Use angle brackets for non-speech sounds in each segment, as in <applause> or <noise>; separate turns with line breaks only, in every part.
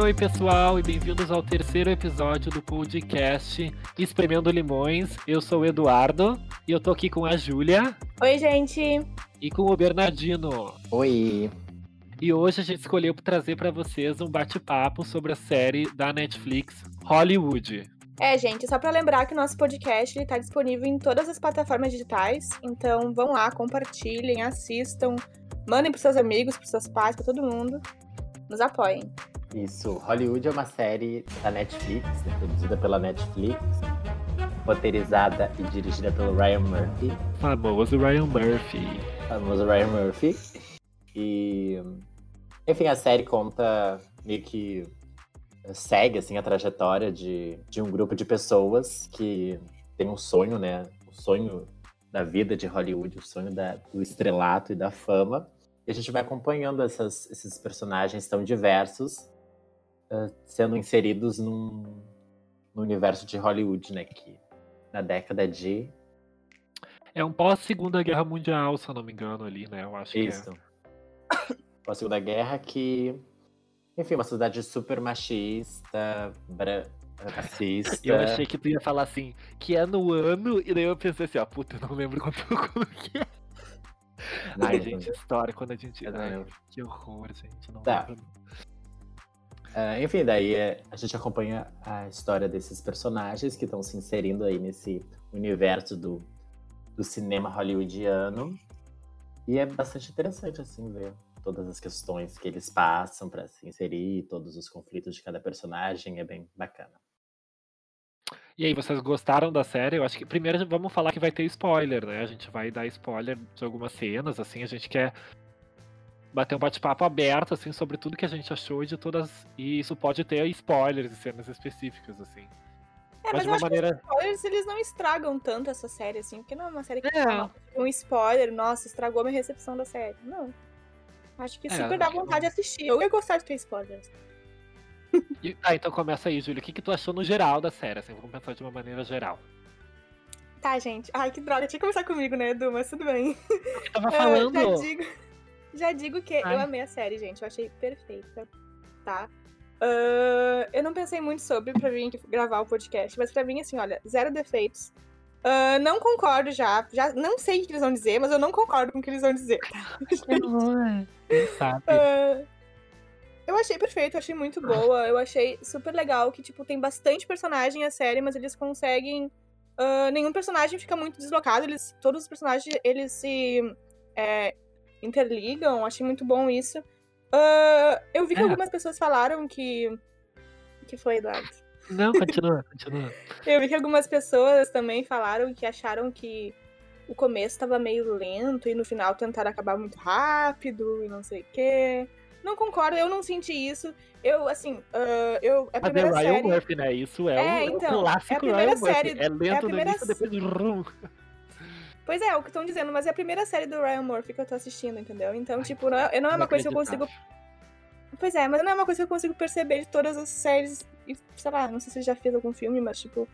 oi pessoal e bem-vindos ao terceiro episódio do podcast Espremendo Limões. Eu sou o Eduardo e eu tô aqui com a Júlia
Oi, gente!
e com o Bernardino.
Oi.
E hoje a gente escolheu trazer pra vocês um bate-papo sobre a série da Netflix Hollywood.
É, gente, só pra lembrar que o nosso podcast ele tá disponível em todas as plataformas digitais. Então vão lá, compartilhem, assistam, mandem pros seus amigos, pros seus pais, pra todo mundo. Nos apoiem.
Isso, Hollywood é uma série da Netflix, né, produzida pela Netflix, roteirizada e dirigida pelo Ryan Murphy,
Famoso Ryan Murphy.
famoso Ryan Murphy. E enfim, a série conta meio que segue assim a trajetória de, de um grupo de pessoas que tem um sonho, né? O sonho da vida de Hollywood, o sonho da- do estrelato e da fama. E a gente vai acompanhando essas- esses personagens tão diversos eh, sendo inseridos num, no universo de Hollywood, né? Que na década de
É um pós-segunda guerra mundial, se eu não me engano, ali, né? Eu acho que é.
Isso. Pós Segunda Guerra, que. Enfim, uma sociedade super machista, bra... racista.
Eu achei que tu ia falar assim, que é no ano, e daí eu pensei assim, ó, puta, eu não lembro quanto eu coloquei. <laughs>
Não,
Ai,
não
gente, É, né?
lembro.
história quando a gente.
Eu não
Ai,
lembro.
que horror, gente. Não
Tá.
lembro.
Ah, enfim, daí é, a gente acompanha a história desses personagens que estão se inserindo aí nesse universo do, do cinema hollywoodiano. E é bastante interessante, assim, ver todas as questões que eles passam para se inserir, todos os conflitos de cada personagem, é bem bacana.
E aí, vocês gostaram da série? Eu acho que primeiro vamos falar que vai ter spoiler, né? A gente vai dar spoiler de algumas cenas, assim, a gente quer bater um bate-papo aberto, assim, sobre tudo que a gente achou e de todas. E isso pode ter spoilers de cenas específicas, assim. mas
É, mas
de
eu
uma
acho
maneira.
que os spoilers eles não estragam tanto essa série, assim, porque não é uma série que
É.
fala um spoiler, nossa, estragou a minha recepção da série. Não. Acho que
É,
super dá
acho que não.
vontade de assistir. Eu ia gostar de ter spoilers.
E- Tá, então começa aí, Júlio. O que, que tu achou no geral da série? Assim, vamos pensar de uma maneira geral.
Tá, gente. Ai, que droga. Tinha que começar comigo, né, Edu? Mas tudo bem.
Eu tava
Ah,
falando.
Já digo, <laughs> já digo que eu
Ai.
amei a série, gente. Eu achei perfeita, tá? Ah, eu não pensei muito sobre pra vir aqui gravar o podcast, mas pra mim, assim, olha, zero defeitos. Ah, não concordo já, já. Não sei o que eles vão dizer, mas eu não concordo com o que eles vão dizer.
Quem sabe?
Ah, eu achei perfeito, eu achei muito boa. Eu achei super legal que, tipo, tem bastante personagem a série, mas eles conseguem. ah, nenhum personagem fica muito deslocado. Eles, todos os personagens eles se é, interligam. Achei muito bom isso. Ah, eu vi que
É.
algumas pessoas falaram que. Que foi, Eduardo?
<laughs> Não, continua, continua.
Eu vi que algumas pessoas também falaram que acharam que o começo tava meio lento e no final tentaram acabar muito rápido e não sei o quê. Não concordo, eu não senti isso. Eu, assim, ah, eu. É a
Mas é
primeira
Ryan
série.
Murphy, né? Isso é,
É,
um- um,
então, é a
clássico
primeira
Ryan Murphy.
série-
É lento
é a
no
primeira
início, depois rum.
Pois é, é o que estão dizendo, mas é a primeira série do Ryan Murphy que eu tô assistindo, entendeu? Então,
Ai,
tipo, não é, não é uma coisa que eu consigo. Pois é, mas não é uma coisa que eu consigo perceber de todas as séries. E, sei lá, não sei se ele já fez algum filme, mas, tipo,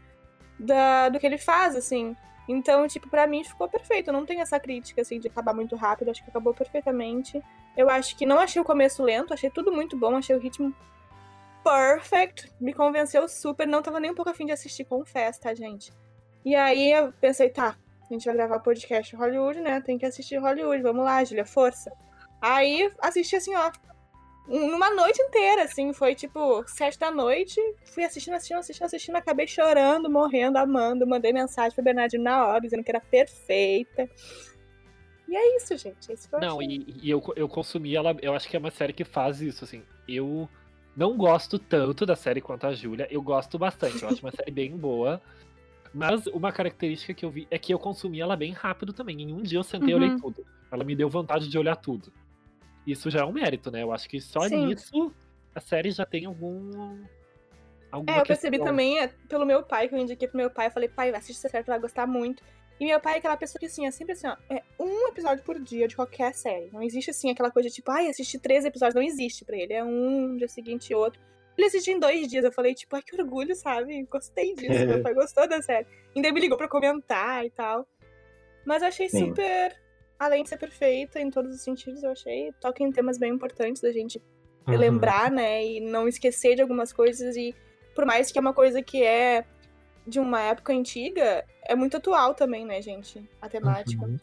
da, do que ele faz, assim. Então, tipo, pra mim ficou perfeito. Eu não tenho essa crítica, assim, de acabar muito rápido. Acho que acabou perfeitamente. Eu acho que não achei o começo lento, achei tudo muito bom, achei o ritmo perfect. Me convenceu super. Não tava nem um pouco afim de assistir, confesso, tá, gente? E aí eu pensei, tá, a gente vai gravar podcast Hollywood, né? Tem que assistir Hollywood. Vamos lá, Júlia, força. Aí assisti assim, ó. um- Numa noite inteira, assim, foi tipo sete da noite. Fui assistindo, assistindo, assistindo, assistindo. Acabei chorando, morrendo, amando. Mandei mensagem pro Bernardino na hora, dizendo que era perfeita. E é isso, gente. Esse foi o
Não,
achei.
e, e eu, eu consumi ela. Eu acho que é uma série que faz isso, assim. Eu não gosto tanto da série quanto a Júlia. Eu gosto bastante. Eu acho
<laughs>
uma série bem boa. Mas uma característica que eu vi é que eu consumi ela bem rápido também. Em um dia eu sentei e olhei
Uhum.
tudo. Ela me deu vontade de olhar tudo. Isso já é um mérito, né? Eu acho que só
Sim.
nisso a série já tem algum. alguma
É, eu percebi
questão.
também é, pelo meu pai, que eu indiquei pro meu pai, eu falei, pai, assiste essa série, tu vai gostar muito. E meu pai é aquela pessoa que, assim, é sempre assim, ó, é um episódio por dia de qualquer série. Não existe, assim, aquela coisa de, tipo, ai, assisti três episódios, não existe pra ele. É um, dia seguinte outro. Ele assistiu em dois dias, eu falei, tipo, ai, que orgulho, sabe? Gostei disso,
<laughs>
meu pai gostou da série. Ainda me ligou pra comentar e tal. Mas eu achei
Sim.
super, além de ser perfeita em todos os sentidos, eu achei, toca em temas bem importantes da gente
Uhum.
lembrar, né? E não esquecer de algumas coisas. E por mais que é uma coisa que é de uma época antiga, é muito atual também, né, gente? A temática.
Uhum.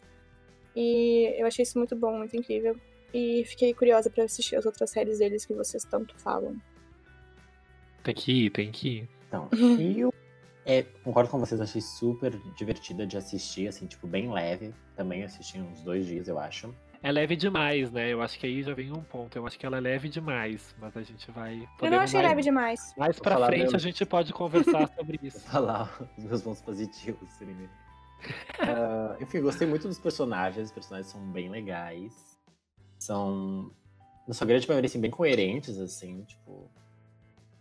E eu achei isso muito bom, muito incrível. E fiquei curiosa pra assistir as outras séries deles que vocês tanto falam.
Tem que ir, tem que ir.
Então, Rio. É, concordo com vocês, achei super divertida de assistir, assim, tipo, bem leve. Também assisti uns dois dias, eu acho.
É leve demais, né? Eu acho que aí já vem um ponto. Eu acho que ela é leve demais, mas a gente vai.
eu não
podemos
achei
mais,
leve demais.
Mais
Vou
pra
falar
frente
mesmo.
a gente pode
<laughs>
conversar sobre isso.
<laughs> falar os meus pontos positivos primeiro. Ah, enfim, eu gostei muito dos personagens, os personagens são bem legais. São, na sua grande maioria, assim, bem coerentes, assim, tipo.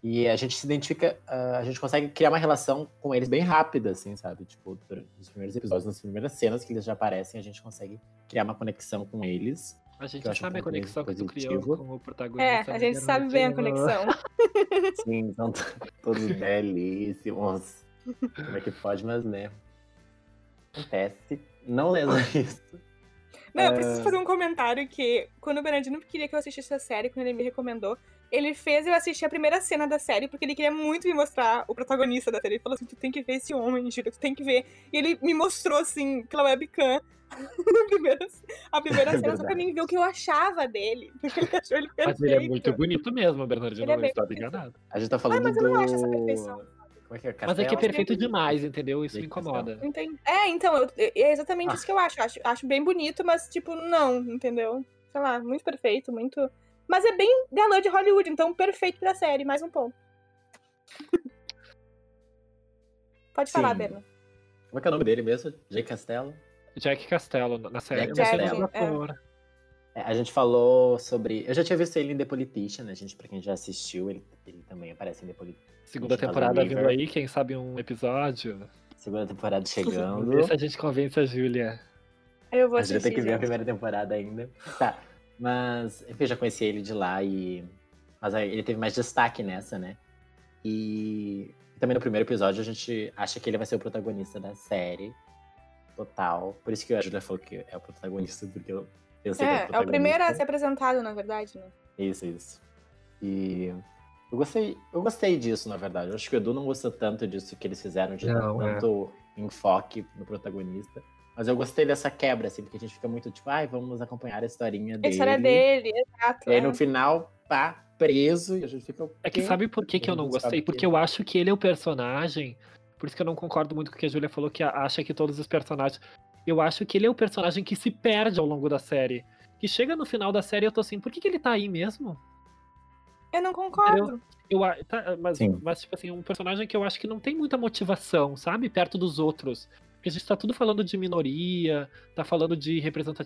E a gente se identifica, ah, a gente consegue criar uma relação com eles bem rápida, assim, sabe? Tipo, durante os primeiros episódios, nas primeiras cenas que eles já aparecem, a gente consegue criar uma conexão com eles.
A gente
Eu acho
sabe a
um ponto
conexão que é tu criou
positivo.
com o
É,
protagonista.
a gente
né,
sabe bem a
Bernardinho? <laughs>
conexão.
Sim, são t- <laughs> todos belíssimos. Como é que pode, mas né? Acontece. Não lendo isso.
Não, eu
É.
preciso fazer um comentário que quando o Bernardino queria que eu assistisse a série, quando ele me recomendou, ele fez eu assistir a primeira cena da série, porque ele queria muito me mostrar o protagonista da série. Ele falou assim, tu tem que ver esse homem, Júlio, tu tem que ver. E ele me mostrou, assim, pela webcam, <laughs> a primeira, a primeira
É
cena, só pra
verdade.
mim ver o que eu achava dele. Porque ele achou ele perfeito.
Mas ele é muito bonito mesmo, Bernardino.
Ele é
não
bem
está
bonito.
enganado.
A gente tá falando
mas
do.
eu não acho essa perfeição. um
Como é que
Mas
é?
é que é
Castelo?
perfeito demais, entendeu? Isso
Sim,
me incomoda.
Entendi. É, então, eu- é
Ah.
exatamente isso que eu acho. acho. Acho bem bonito, mas, tipo, não, entendeu? Sei lá, muito perfeito, muito. Mas é bem galã de Hollywood, então perfeito pra série, mais um
<laughs>
ponto. Pode falar,
Sim.
Berna.
Como é que é o nome dele mesmo? Jay Castelo?
Jack Castello, na série.
Jack
mas ele é um
Castello,
ator.
É, a gente falou sobre. Eu já tinha visto ele em The Politician, né, gente? Pra quem já assistiu, ele, ele também aparece em The Politician.
Segunda
Deixa eu
temporada
fazer um
vindo aí, quem sabe um episódio.
Segunda temporada
Vamos
chegando.
ver se a gente convence a Júlia.
Eu vou
a gente
assistir.
vai ter que ver a
gente.
primeira temporada ainda. Tá. Mas, enfim, eu já conheci ele de lá e. Mas aí ele teve mais destaque nessa, né? E também no primeiro episódio a gente acha que ele vai ser o protagonista da série. Total. Por isso que a Julia falou que é o protagonista, porque eu, eu sei que
É,
é o
é o
protagonista.
primeiro a ser apresentado, na verdade, né?
Isso, isso. E eu gostei, eu gostei disso, na verdade. Eu acho que o Edu não gostou tanto disso que eles fizeram, de
Não,
dar
é.
tanto enfoque no protagonista. Mas eu gostei dessa quebra, assim, porque a gente fica muito tipo, ai, vamos acompanhar a historinha
A
dele.
história é dele, exato.
E aí
é.
no final, pá, preso, e a gente fica. "O
É que
quê?"
sabe por que, que eu
Ele
não
não sabe
gostei?
que-
Porque eu acho que ele é o personagem. Por isso que eu não concordo muito com o que a Júlia falou, que a- acha que todos os personagens. Eu acho que ele é o personagem que se perde ao longo da série. Que chega no final da série e eu tô assim, por que, que ele tá aí mesmo?
Eu não concordo.
Eu, a- tá, mas,
Sim.
mas, tipo assim, um personagem que eu acho que não tem muita motivação, sabe? Perto dos outros. Porque a gente tá tudo falando de minoria, tá falando de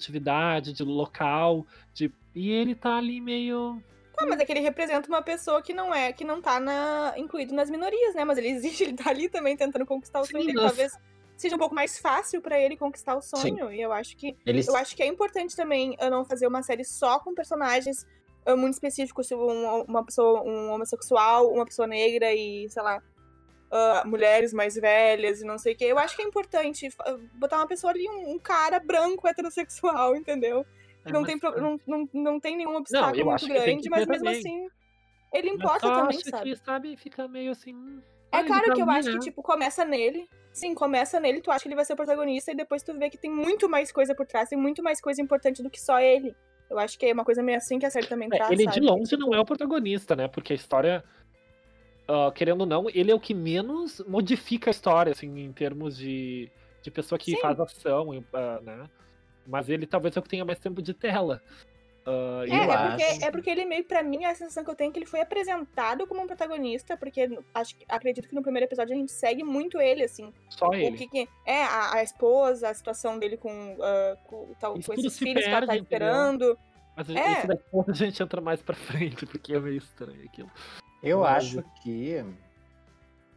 representatividade, de local, de. E ele tá ali meio.
Tá, mas é que ele representa uma pessoa que não é, que não tá na, incluído nas minorias, né? Mas ele existe, <laughs> ele tá ali também tentando conquistar o sonho
Sim,
dele.
mas-
Talvez seja um pouco mais fácil pra ele conquistar o sonho. E eu acho que
Ele,
eu acho que é importante também eu não fazer uma série só com personagens eh, muito específicos, tipo um- uma pessoa, um homossexual, uma pessoa negra e, sei lá, ah, mulheres mais velhas e não sei o quê. Eu acho que é importante fa- botar uma pessoa ali, um, um cara branco heterossexual, <laughs> entendeu?
É,
não,
mas-
tem pro- não, não, não tem nenhum obstáculo
eu acho
muito
que tem que
grande, mas
ter
mesmo
também.
assim, ele
Mas
importa
só
também,
acho
sabe?
Que, sabe, fica meio assim. hum, ah,
É
ele
claro
tá
que eu
ali,
acho que,
né?
tipo, começa nele. Sim, começa nele, tu acha que ele vai ser o protagonista, e depois tu vê que tem muito mais coisa por trás, tem muito mais coisa importante do que só ele. Eu acho que é uma coisa meio assim que a série também
É,
traz,
ele
sabe?
de longe não é o protagonista, né? Porque a história, ah, querendo ou não, ele é o que menos modifica a história, assim, em termos de, de pessoa que
Sim.
faz ação, e, ah, né? Mas ele talvez é o que tenha mais tempo de tela. Ah,
É,
eu
é
acho.
porque, é porque ele meio, pra mim, a sensação que eu tenho é que ele foi apresentado como um protagonista, porque no- acho, que- acredito que no primeiro episódio a gente segue muito ele, assim.
Só
O
ele.
que, que é a, a esposa, a situação dele com, ah, com, tal,
Isso
com
tudo
esses
se
filhos que ela tá
perde, entendeu?
esperando.
Mas
é.
isso daqui <laughs> a gente entra mais pra frente, porque é meio estranho aquilo.
eu
Mas-
acho que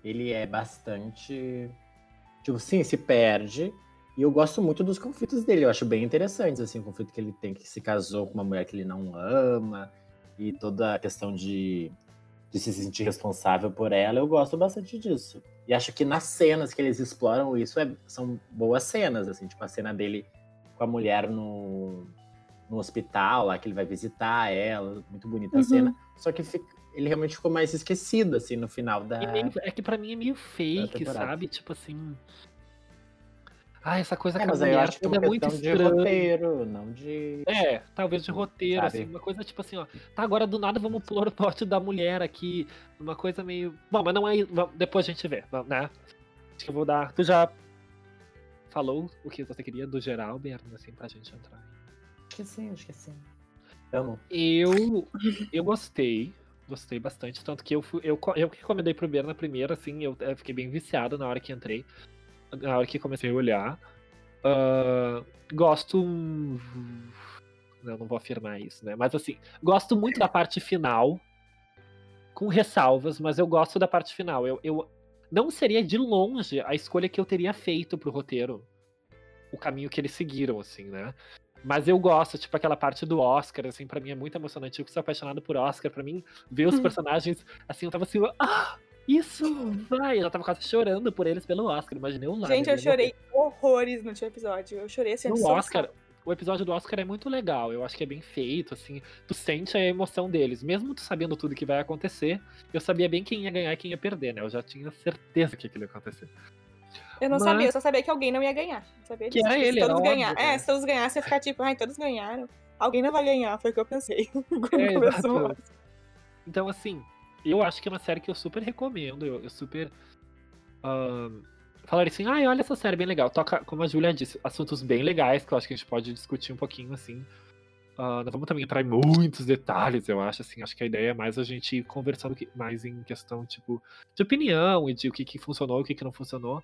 ele é bastante. Tipo, sim, se perde. E eu gosto muito dos conflitos dele. Eu acho bem interessantes, assim, o conflito que ele tem, que se casou com uma mulher que ele não ama, e toda a questão de, de se sentir responsável por ela. Eu gosto bastante disso. E acho que nas cenas que eles exploram isso é- são boas cenas, assim, tipo a cena dele com a mulher no, no hospital lá, que ele vai visitar ela, muito bonita a cena. Só que fica- ele realmente ficou mais esquecido, assim, no final da.
E meio- é que pra mim é meio fake,
temporada.
sabe? Tipo assim. Ah, essa coisa
É,
com a
mas aí eu
mulher
acho que é
toda
uma
é muito
questão de
estranha.
roteiro, não de.
É, talvez de roteiro,
Sabe?
assim, uma coisa tipo assim, ó. Tá, agora do nada vamos pular o pote da mulher aqui. Uma coisa meio. Bom, mas não é. va- Depois a gente vê, va- né? Acho que eu vou dar. Tu já falou o que você queria do geral, Berno, assim, pra gente entrar.
Acho que sim, acho que sim. Amo.
Eu, eu gostei, gostei bastante, tanto que eu fui, eu, co- eu que recomendei pro Berno na primeira, assim, eu eh, fiquei bem viciado na hora que entrei, na hora que comecei a olhar. Ah, gosto. hum, Não, não vou afirmar isso, né? Mas assim, gosto muito da parte final, com ressalvas, mas eu gosto da parte final. Eu, eu não seria de longe a escolha que eu teria feito pro roteiro, o caminho que eles seguiram, assim, né? Mas eu gosto, tipo, aquela parte do Oscar, assim, pra mim é muito emocionante. Eu que sou apaixonado por Oscar, pra mim, ver os
Uhum.
personagens, assim, eu tava assim, ah, isso vai! Eu já tava quase chorando por eles pelo Oscar, imaginei o lá.
Gente,
né?
eu chorei horrores no último episódio. Eu chorei assim,
No
absurdo.
Oscar, o episódio do Oscar é muito legal, eu acho que é bem feito, assim, tu sente a emoção deles, mesmo tu sabendo tudo que vai acontecer, eu sabia bem quem ia ganhar e quem ia perder, né? Eu já tinha certeza que aquilo ia acontecer.
Eu não
Mas-
sabia, eu só sabia que alguém não ia ganhar. Eu Sabia
Que
disso,
era
tipo, se
ele,
todos
era óbvio,
ganhar.
né?
É, se todos ganhassem, ia ficar tipo, ai, todos ganharam. Alguém não vai ganhar, foi o que eu pensei. <laughs> Quando
É,
começou o
exato.
Oscar.
Então, assim, eu acho que é uma série que eu super recomendo. Eu, eu super. ahn, falaram assim, ai, olha essa série bem legal. Toca, como a Julia disse, assuntos bem legais que eu acho que a gente pode discutir um pouquinho, assim. Ah, não vamos também entrar em muitos detalhes, eu acho, assim. Acho que a ideia é mais a gente ir conversando que- mais em questão, tipo, de opinião e de o que, que funcionou e o que, que não funcionou.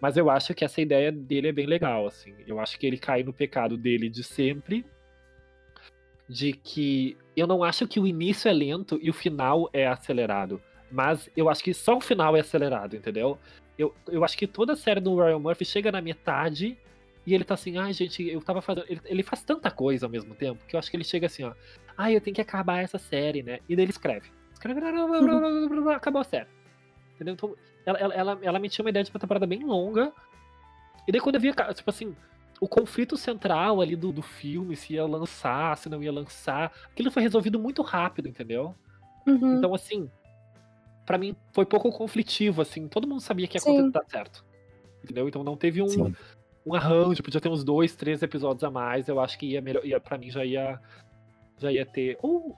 Mas eu acho que essa ideia dele é bem legal, assim. Eu acho que ele cai no pecado dele de sempre, de que eu não acho que o início é lento e o final é acelerado. Mas eu acho que só o final é acelerado, entendeu? Eu, eu acho que toda a série do Ryan Murphy chega na metade e ele tá assim, ai gente, eu tava fazendo. Ele, ele faz tanta coisa ao mesmo tempo que eu acho que ele chega assim, ó. Ai, eu tenho que acabar essa série, né? E daí ele escreve. Escreve, blá, blá, blá, blá, blá, blá, blá, acabou a série. Entendeu? Então, ela, ela, ela, ela me tinha uma ideia de uma temporada bem longa. E daí quando eu via, ca- tipo assim, o conflito central ali do, do filme, se ia lançar, se não ia lançar, aquilo foi resolvido muito rápido, entendeu?
Uhum.
Então, assim, pra mim foi pouco conflitivo, assim, todo mundo sabia que ia
Sim.
acontecer dar certo. Entendeu? Então não teve um,
Sim.
um arranjo, podia ter uns dois, três episódios a mais, eu acho que ia melhor, ia, pra mim já ia, já ia ter, ou,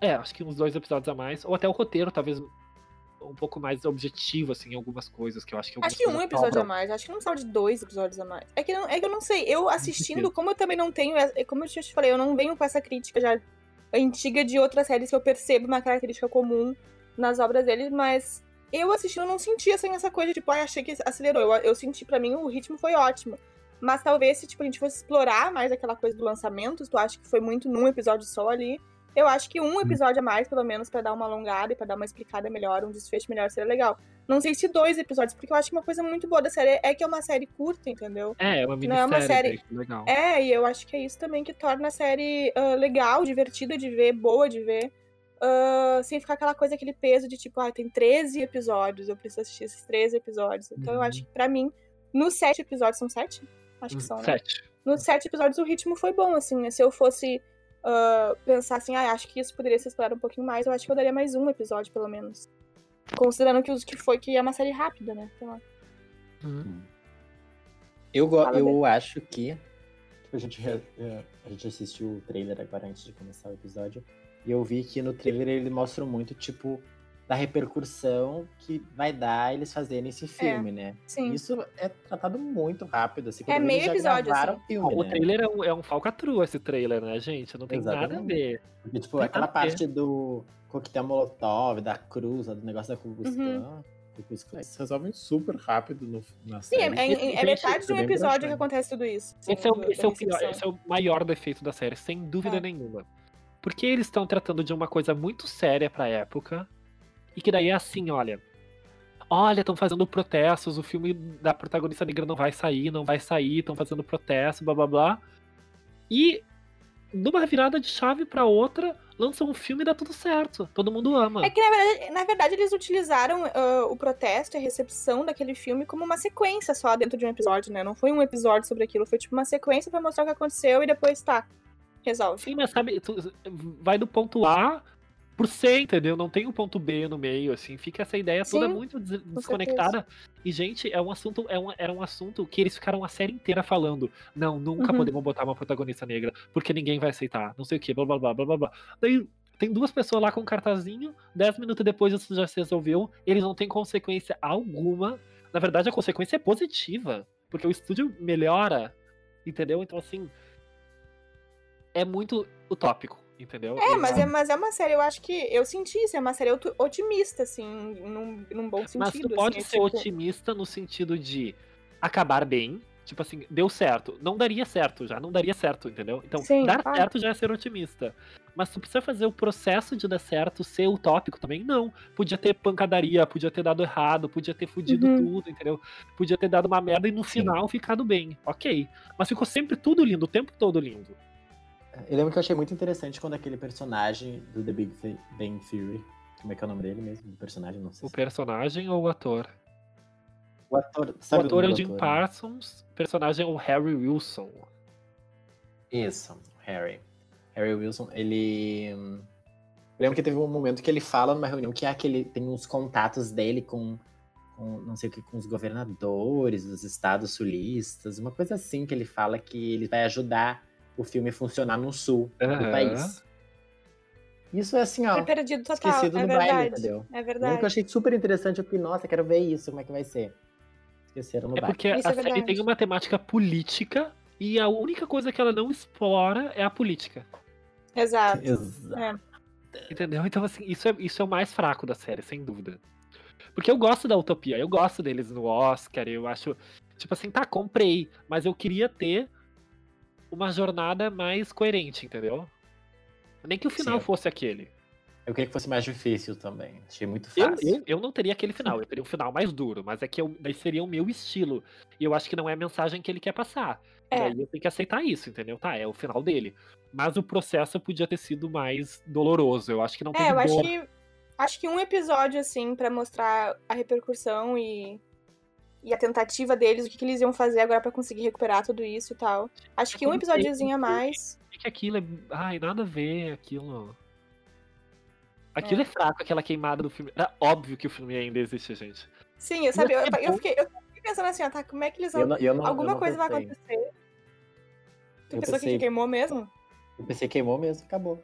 é, acho que uns dois episódios a mais, ou até o roteiro, talvez um pouco mais objetivo, assim, em algumas coisas que eu acho que
Acho que um
algumas coisas
episódio a
sobram.
mais, acho que não precisava de dois episódios a mais. É que, não- é que eu não sei, eu assistindo,
certeza.
como eu também não tenho, é- como eu já te falei, eu não venho com essa crítica já antiga de outras séries que eu percebo uma característica comum nas obras deles, mas eu assistindo não sentia assim, essa coisa, tipo, ai, achei que acelerou. Eu, eu senti, pra mim, o ritmo foi ótimo. Mas talvez se tipo, a gente fosse explorar mais aquela coisa do lançamento, se tu acha que foi muito num episódio só ali, eu acho que um episódio a mais, pelo menos, pra dar uma alongada e pra dar uma explicada melhor, um desfecho melhor, seria legal. Não sei se dois episódios, porque eu acho que uma coisa muito boa da série é que é uma série curta, entendeu?
É, é uma
Não é
minissérie,
uma série-
né, que legal.
É, e eu acho que é isso também que torna a série ah, legal, divertida de ver, boa de ver. ah, sem ficar aquela coisa, aquele peso de tipo, ah, tem 13 episódios, eu preciso assistir esses 13 episódios. Então eu
Uhum.
acho que pra mim, nos sete episódios, são sete? Acho que são, né?
Sete.
nos sete episódios o ritmo foi bom, assim. né? Se eu fosse ah, pensar assim, ah, acho que isso poderia ser explorado um pouquinho mais, eu acho que eu daria mais um episódio, pelo menos. Considerando que, os- que foi que é uma série rápida, né? Sei lá.
Uhum.
Eu, go-
Fala,
eu acho que. tipo, a, gente, re- é, a gente assistiu o trailer agora antes de começar o episódio. E eu vi que no trailer ele mostra muito, tipo, da repercussão que vai dar eles fazerem
É.
esse filme, né?
Sim.
Isso é tratado muito rápido, assim.
É
quando eles
meio
já
episódio,
gravaram
assim.
o filme,
o
né?
trailer é um, é um falcatrua, esse trailer, né, gente? Não tem nada a
Exatamente.
ver.
Porque, tipo,
Tem
aquela
nada a ver.
parte do coquetel molotov, da cruz, do negócio da combustão. tipo, Eles resolvem super rápido no, na
Uhum. Sim, é,
série.
é- é- é
Gente,
metade de um
bem
episódio que
broxante.
acontece tudo isso. assim,
Esse é, o,
do-
esse
da
é o pior-
recepção.
esse é o maior defeito da série, sem dúvida
É.
nenhuma. Porque eles estão tratando de uma coisa muito séria pra época, e que daí é assim, olha. Olha, estão fazendo protestos, o filme da protagonista negra não vai sair, não vai sair, estão fazendo protesto, blá blá blá. E numa virada de chave pra outra, lançam um filme e dá tudo certo. Todo mundo ama.
É que, na verdade, na verdade, eles utilizaram ah, o protesto e a recepção daquele filme como uma sequência só dentro de um episódio, né? Não foi um episódio sobre aquilo, foi tipo uma sequência pra mostrar o que aconteceu e depois tá. Resolve.
Sim, mas sabe, tu vai do ponto A por C, entendeu? Não tem o ponto B no meio, assim. Fica essa ideia toda
Sim,
muito des- desconectada. E, gente, é um assunto, é um, era um assunto que eles ficaram a série inteira falando. Não, nunca
Uhum.
podemos botar uma protagonista negra, porque ninguém vai aceitar. Não sei o quê, blá blá blá blá blá blá. Daí tem duas pessoas lá com um cartazinho, dez minutos depois isso já se resolveu. Eles não têm consequência alguma. Na verdade, a consequência é positiva. Porque o estúdio melhora, entendeu? Então, assim. É muito utópico, entendeu?
É, mas é, mas é uma série, eu acho que. Eu senti isso, é uma série otu- otimista, assim, num, num bom sentido.
Mas tu pode
assim, é
ser
tipo-
otimista no sentido de acabar bem. Tipo assim, deu certo. Não daria certo já, não daria certo, entendeu? Então,
Sim,
dar
claro.
certo já é ser otimista. Mas tu precisa fazer o processo de dar certo ser utópico também? Não. Podia ter pancadaria, podia ter dado errado, podia ter fudido
Uhum.
tudo, entendeu? Podia ter dado uma merda e no
Sim.
final ficado bem. Ok. Mas ficou sempre tudo lindo, o tempo todo lindo.
É, Eu lembro que eu achei muito interessante quando aquele personagem do The Big Thi- Bang Theory. Como é que é o nome dele mesmo? Do personagem, não sei.
O
se-
personagem ou o ator?
O ator,
o
sabe
ator é
nome
o
do
Jim
né?
Parsons, personagem é o Harry Wilson.
Isso, Harry. Harry Wilson, ele. hum, Eu lembro que teve um momento que ele fala numa reunião que, ah, que ele tem uns contatos dele com, com, não sei o que, com os governadores dos estados sulistas, uma coisa assim que ele fala que ele vai ajudar o filme a funcionar no sul do
Aham.
país. Isso é assim,
Foi
ó,
perdido total.
esquecido
é
no
verdade.
baile,
É
entendeu? Eu lembro
verdade.
que eu achei super interessante, eu fiquei, nossa, quero ver isso, como é que vai ser. Esqueceram no
É
baile.
porque
Isso
a série
é
tem
verdade.
uma temática política e a única coisa que ela não explora é a política.
Exato.
Exato.
Entendeu? Então, assim, isso é, isso é o mais fraco da série, sem dúvida. Porque eu gosto da utopia, eu gosto deles no Oscar, eu acho. Tipo assim, tá, comprei, mas eu queria ter uma jornada mais coerente, entendeu? Nem que o final
Sim.
fosse aquele.
Eu queria que fosse mais difícil também. Achei muito
Eu,
fácil.
eu, eu não teria aquele final, eu teria um final mais duro, mas é que eu, daí seria o meu estilo. E eu acho que não é a mensagem que ele quer passar. E
É.
Daí eu tenho que aceitar isso, entendeu? Tá, é o final dele. Mas o processo podia ter sido mais doloroso. Eu acho que não teve
É, eu acho
dor.
que. Acho que um episódio, assim, pra mostrar a repercussão e. E a tentativa deles, o que, que eles iam fazer agora pra conseguir recuperar tudo isso e tal. Acho que um
Como sempre,
episódiozinho a mais.
que aquilo é. Ai, nada a ver aquilo. Aquilo é. fraco, aquela queimada do filme. Era óbvio que o filme ainda existe, gente.
Sim, eu sabia. Eu,
é
eu
bom.
fiquei, eu fiquei pensando assim, ó, tá, como é que eles
Eu
vão.
não- eu não- eu
Alguma
não
coisa vai
pensei.
acontecer. Tu
Eu
pensou que
pensei-
queimou mesmo?
O PC queimou mesmo, acabou.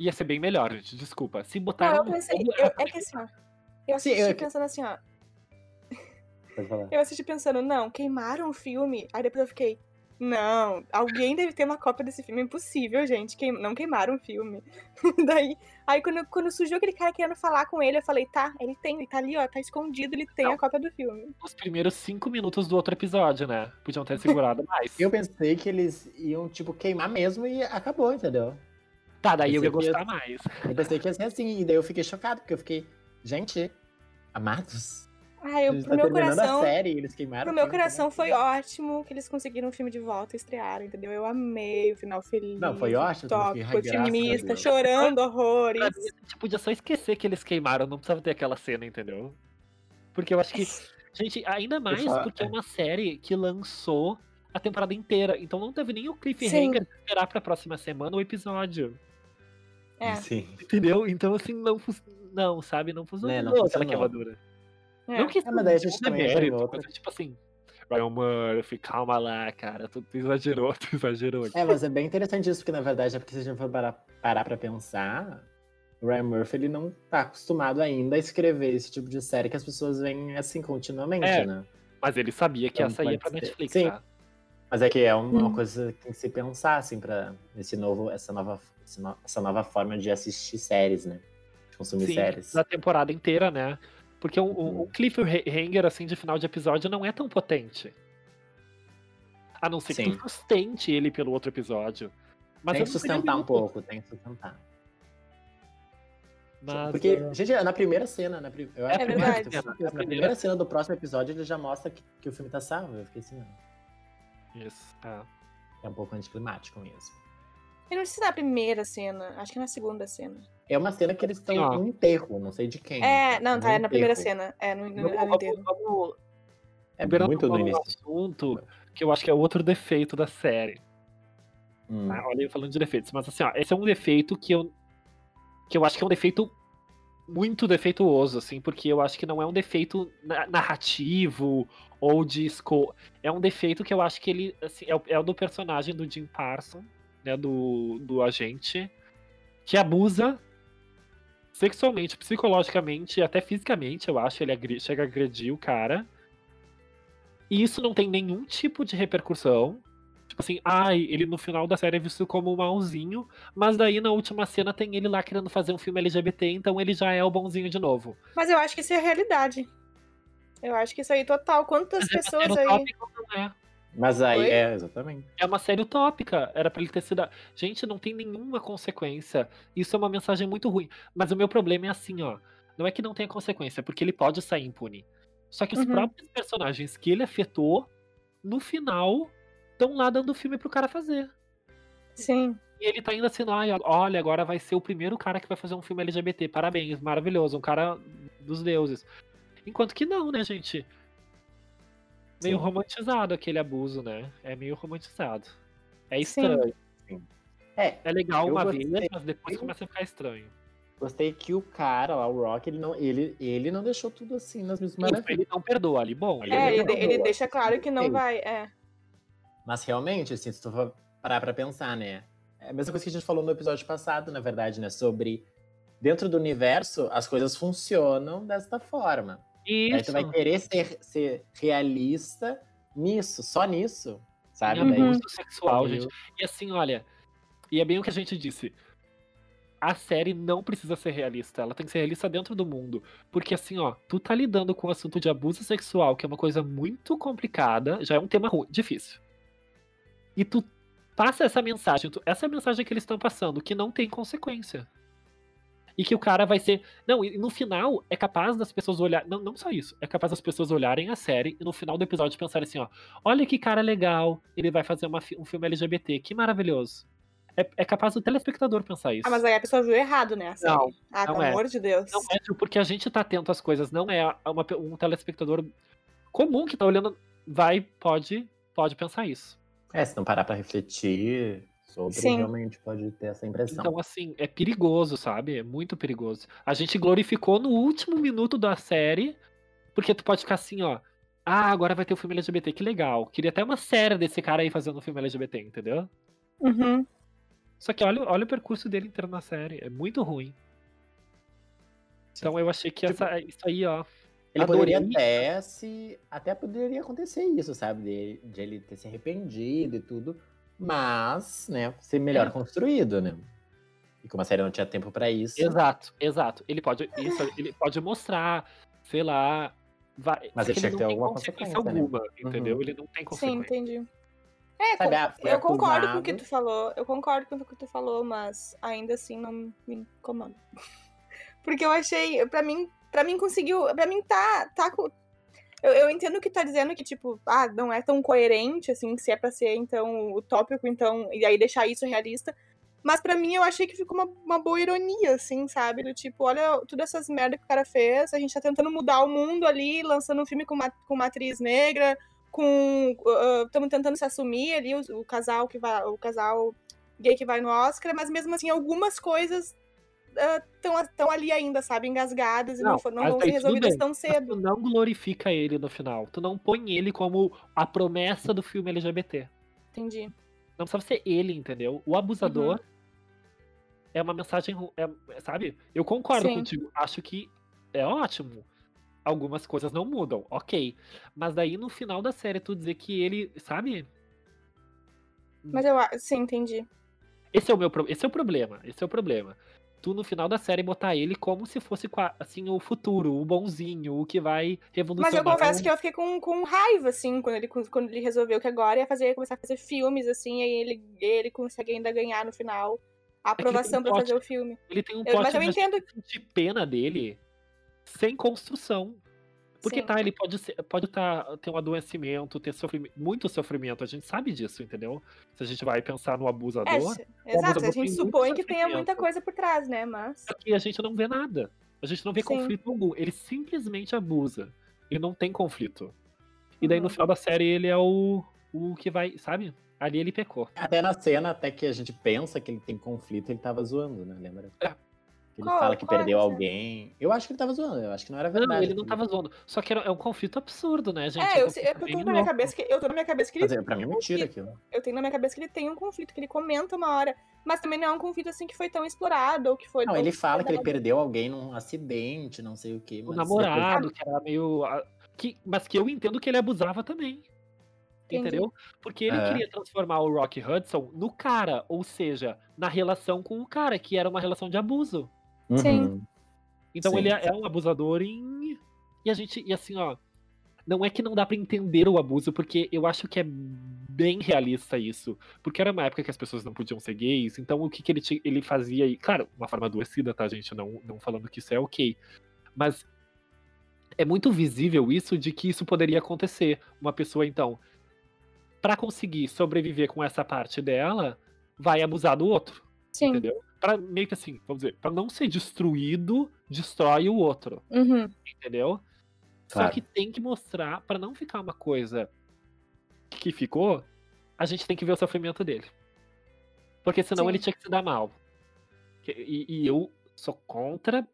Ia ser bem melhor, gente. Desculpa. Se
Não,
botaram.
eu pensei.
fogo,
eu-
era pra
é que assim, ó. Eu
Sim,
assisti
eu-
pensando assim, ó.
Pode falar.
Eu assisti pensando, não, queimaram o filme. Aí depois eu fiquei, não, alguém deve ter uma cópia desse filme. é Impossível, gente. queim- não queimaram o filme. <laughs> Daí, aí quando, quando surgiu aquele cara querendo falar com ele, eu falei, tá, ele tem, ele tá ali, ó, tá escondido, ele tem a cópia do filme.
os primeiros cinco minutos do outro episódio, né? Podiam ter segurado mais.
Eu pensei que eles iam, tipo, queimar mesmo e acabou, entendeu?
Tá, daí eu
Pensei
ia
que ia-
gostar mais.
Eu pensei que ia ser assim, e daí eu fiquei chocado, porque eu fiquei, gente, amados?
Ai,
A
eu,
gente
pro
tá
meu
terminando
coração.
a série, eles queimaram.
Pro
o
meu
filme,
coração
como é
foi
que é?
ótimo que eles conseguiram o filme de volta, estrearam, entendeu? Eu amei o final feliz.
Não, foi ótimo, eu
Top,
fiquei, ai, graças a
otimista,
Deus.
chorando horrores.
Pra mim, a gente podia só esquecer que eles queimaram, não precisava ter aquela cena, entendeu? Porque eu acho que. Gente, ainda mais
Exato.
porque é uma série que lançou a temporada inteira. Então não teve nem o cliffhanger de esperar pra próxima semana o episódio.
É,
Sim.
Entendeu? Então, assim, não fun- Não, sabe? Não funcionou
Né, não
aquela
funcionou.
queimadura.
é.
Não que
É, mas daí a gente
não é
também entra em
mérito,
outra.
mas é tipo assim. Ryan Murphy, calma lá, cara. Tu, tu exagerou, <laughs> tu exagerou.
É, mas é bem interessante isso, porque na verdade é porque se a gente for parar, parar pra pensar, o Ryan Murphy ele não tá acostumado ainda a escrever esse tipo de série que as pessoas veem assim continuamente,
É.
né?
Mas ele sabia que
Então
essa ia
pode
pra
ser.
Netflix,
Sim.
tá?
Mas é que é uma
Hum.
coisa que tem que se pensar, assim, pra esse novo, essa, nova, esse no- essa nova forma de assistir séries, né? De consumir
Sim,
séries.
da temporada inteira, né? Porque um, um-
Uhum.
um cliffhanger, assim, de final de episódio não é tão potente. A não ser que
Sim.
tu sustente ele pelo outro episódio. Mas
tem
eu
que
não queria
sustentar um
muito,
pouco, tem que sustentar.
Mas,
Porque, gente, é na primeira cena, na pri- eu acho
É
que primeira
verdade.
cena,
É a
na primeira
primeira
cena do próximo episódio ele já mostra que, que o filme tá salvo. Eu fiquei assim, "Ah,
é, isso, é.
é um pouco anticlimático mesmo.
Eu não sei se na primeira cena, acho que na segunda cena.
É uma cena que eles estão
Assim, ó.
no enterro, não sei de quem.
É,
né?
não,
Mas
tá,
um
é na primeira
enterro.
cena. É, no, no,
Vamos-
é no inteiro.
vamos- vamos- um
É
Bernardo,
muito no
vamos ao
início.
assunto que eu acho que é outro defeito da série.
Hum.
Tá? Olha eu falando de defeitos. Mas assim, ó, esse é um defeito que eu. Que eu acho que é um defeito muito defeituoso, assim, porque eu acho que não é um defeito na- narrativo ou de esco. É um defeito que eu acho que ele. assim, é, o, é o do personagem do Jim Parson, né? Do, do agente, que abusa sexualmente, psicologicamente, até fisicamente, eu acho. Ele agri- chega a agredir o cara. E isso não tem nenhum tipo de repercussão. Tipo assim, ai, ele no final da série é visto como um malzinho, mas daí na última cena tem ele lá querendo fazer um filme LGBT, então ele já é o bonzinho de novo.
Mas eu acho que isso é a realidade. Eu acho que isso aí total. Quantas
é
pessoas
Era
aí.
utópico, não é?
Mas aí,
Oi?
é, exatamente.
É uma série utópica. Era pra ele ter sido. a- Gente, não tem nenhuma consequência. Isso é uma mensagem muito ruim. Mas o meu problema é assim, ó. Não é que não tenha consequência, porque ele pode sair impune. Só que os
Uhum.
próprios personagens que ele afetou, no final, estão lá dando filme pro cara fazer.
Sim.
E ele tá indo assim, ai, olha, agora vai ser o primeiro cara que vai fazer um filme LGBT. Parabéns, maravilhoso, um cara dos deuses. Enquanto que não, né, gente? Meio
Sim.
romantizado aquele abuso, né? É meio romantizado. É
Sim.
estranho.
É,
É legal
Eu
uma
gostei.
vez, mas depois
Eu-
começa a ficar estranho.
gostei que o cara lá, o Rock, ele não, ele, ele não deixou tudo assim nas minhas
Mas
maravilhas.
ele não perdoa ali, bom. Ele
Ele
É,
não né?
ele,
perdoa.
de- ele
perdoa.
deixa claro que não
Sim.
vai. É.
Mas realmente, assim, se tu for parar pra pensar, né? É a mesma coisa que a gente falou no episódio passado, na verdade, né? Sobre dentro do universo, as coisas funcionam desta forma. Aí
Isso.
tu vai querer ser, ser realista nisso, só nisso, sabe?
Em
Daí
Uhum.
abuso sexual, gente. E assim, olha, e é bem o que a gente disse. A série não precisa ser realista, ela tem que ser realista dentro do mundo. Porque assim, ó, tu tá lidando com o assunto de abuso sexual, que é uma coisa muito complicada, já é um tema ru- difícil. E tu passa essa mensagem, tu- essa é a mensagem que eles estão passando, que não tem consequência. E que o cara vai ser. Não, e no final é capaz das pessoas olharem. Não, não só isso. É capaz das pessoas olharem a série e no final do episódio pensarem assim, ó. Olha que cara legal, ele vai fazer uma fi- um filme LGBT, que maravilhoso. É, é capaz do telespectador pensar isso.
Ah, mas aí a pessoa viu errado, né? a série.
Não,
Ah,
não
pelo
é.
amor de Deus.
Não é, tipo, porque a gente tá atento às coisas, não é uma pe- um telespectador comum que tá olhando, vai, pode, pode pensar isso.
É, se não parar pra refletir sobre,
Sim.
realmente pode ter essa impressão.
Então, assim, é perigoso, sabe? É muito perigoso. A gente glorificou no último minuto da série, porque tu pode ficar assim, ó. Ah, agora vai ter o filme LGBT, que legal. Queria até uma série desse cara aí fazendo um filme LGBT, entendeu?
Uhum.
Só que olha, olha o percurso dele inteiro na série. É muito ruim. Então eu achei que
Tipo,
essa, isso aí, ó.
Ele poderia
adorei.
até se. Até poderia acontecer isso, sabe? De, de ele ter se arrependido e tudo. Mas, né, ser melhor
É.
construído, né? E como a série não tinha tempo pra isso.
Exato, exato. Ele pode, isso, ele pode mostrar, sei lá. vai-
Mas
só
ele
que
tinha que ter
não tem
alguma
consequência
consequência, né?
alguma, entendeu? Ele não tem
Sim,
consequência.
entendi. É,
Sabe,
com-
ah, foi
eu concordo com o
acusado.
que tu falou. Eu concordo com o que tu falou, mas ainda assim não me incomoda. <laughs> Porque eu achei, pra mim, para mim conseguiu, pra mim tá tá co- eu, eu entendo que tá dizendo que tipo, ah, não é tão coerente assim, que se é pra ser então utópico, então e aí deixar isso realista. Mas pra mim eu achei que ficou uma, uma boa ironia, assim, sabe? Do tipo, olha todas essas merda que o cara fez, a gente tá tentando mudar o mundo ali, lançando um filme com uma, com uma atriz negra, com estamos tentando se assumir ali o, o casal que vai o casal gay que vai no Oscar mas mesmo assim algumas coisas estão ali ainda sabe engasgadas e não,
Não,
fo- não
mas
vão
tá
ser
aí, tudo
resolvidas
bem.
tão
Mas
cedo
tu não glorifica ele no final. Tu não põe ele como a promessa do filme LGBT.
entendi
Não precisava ser ele, entendeu? O abusador é uma mensagem, ru- é- é, sabe? Eu concordo
Uhum. Sim.
contigo. Acho que é ótimo. Algumas coisas não mudam, ok. Mas daí no final da série tu dizer que ele, sabe?
mas eu a- sim entendi
Esse é o meu, pro- esse é o problema. Esse é o problema. Tu no final da série botar ele como se fosse qua- assim o futuro, o bonzinho, o que vai
mas eu
revolucionar.
confesso que eu fiquei com, com raiva assim quando ele quando ele resolveu que agora ia fazer começar a fazer filmes assim aí ele ele consegue ainda ganhar no final a
tem um
aprovação pra
plot-
fazer o filme
ele tem um
eu- mas
pote
eu
de-
entendo
de pena dele sem construção. Porque
Sim.
tá, ele pode ser, pode tá, ter um adoecimento, ter sofrime- muito sofrimento, a gente sabe disso, entendeu? Se a gente vai pensar no abusador,
é, se- exato a
abusador
gente
tem muito
supõe que tenha
sofrimento.
muita coisa por trás né mas
aqui a gente não vê nada. A gente não vê
Sim.
conflito algum. Ele simplesmente abusa. Ele não tem conflito. E daí
Uhum.
no final da série ele é o, o que vai, sabe? Ali ele pecou.
Até na cena, até que a gente pensa que ele tem conflito, ele tava zoando, né? Lembra?
É.
Ele
Qual-
fala que
qual é
perdeu
a cena?
alguém. Eu acho que ele tava zoando, eu acho que não
É
era verdade.
Não, ele não tava zoando. Só que era- é um conflito absurdo, né, gente?
É,
um
eu, sei- é
conflito
porque eu
bem
tô na minha
louco.
cabeça que eu tô na minha cabeça que ele
Quer dizer, pra mim é mentira aquilo.
eu tenho na minha cabeça que ele tem um conflito que ele comenta uma hora, mas também não é um conflito assim que foi tão explorado ou que foi
Não,
tão-
ele fala que ele perdeu alguém num acidente, não sei o quê.
O
Mas é
namorado, que era meio. a- Que, mas que eu entendo que ele abusava também.
Entendi.
Entendeu? Porque ele
É.
queria transformar o Rock Hudson no cara, ou seja, na relação com o cara, que era uma relação de abuso.
depois-
Sim.
Uhum.
Então
Sim.
ele é é um abusador em. E a gente. E assim, ó. Não é que não dá pra entender o abuso, porque eu acho que é bem realista isso. Porque era uma época que as pessoas não podiam ser gays, então o que, que ele, ti- ele fazia aí? Claro, uma forma adoecida, tá, gente? Não, não falando que isso é ok. Mas é muito visível isso de que isso poderia acontecer. Uma pessoa, então, pra conseguir sobreviver com essa parte dela, vai abusar do outro
Sim.
entendeu? Pra, meio que assim, vamos dizer, pra não ser destruído, destrói o outro,
Uhum.
entendeu? Só
Claro.
que tem que mostrar, pra não ficar uma coisa que ficou, a gente tem que ver o sofrimento dele. Porque senão
Sim.
ele tinha que se dar mal. Que- E, e eu sou contra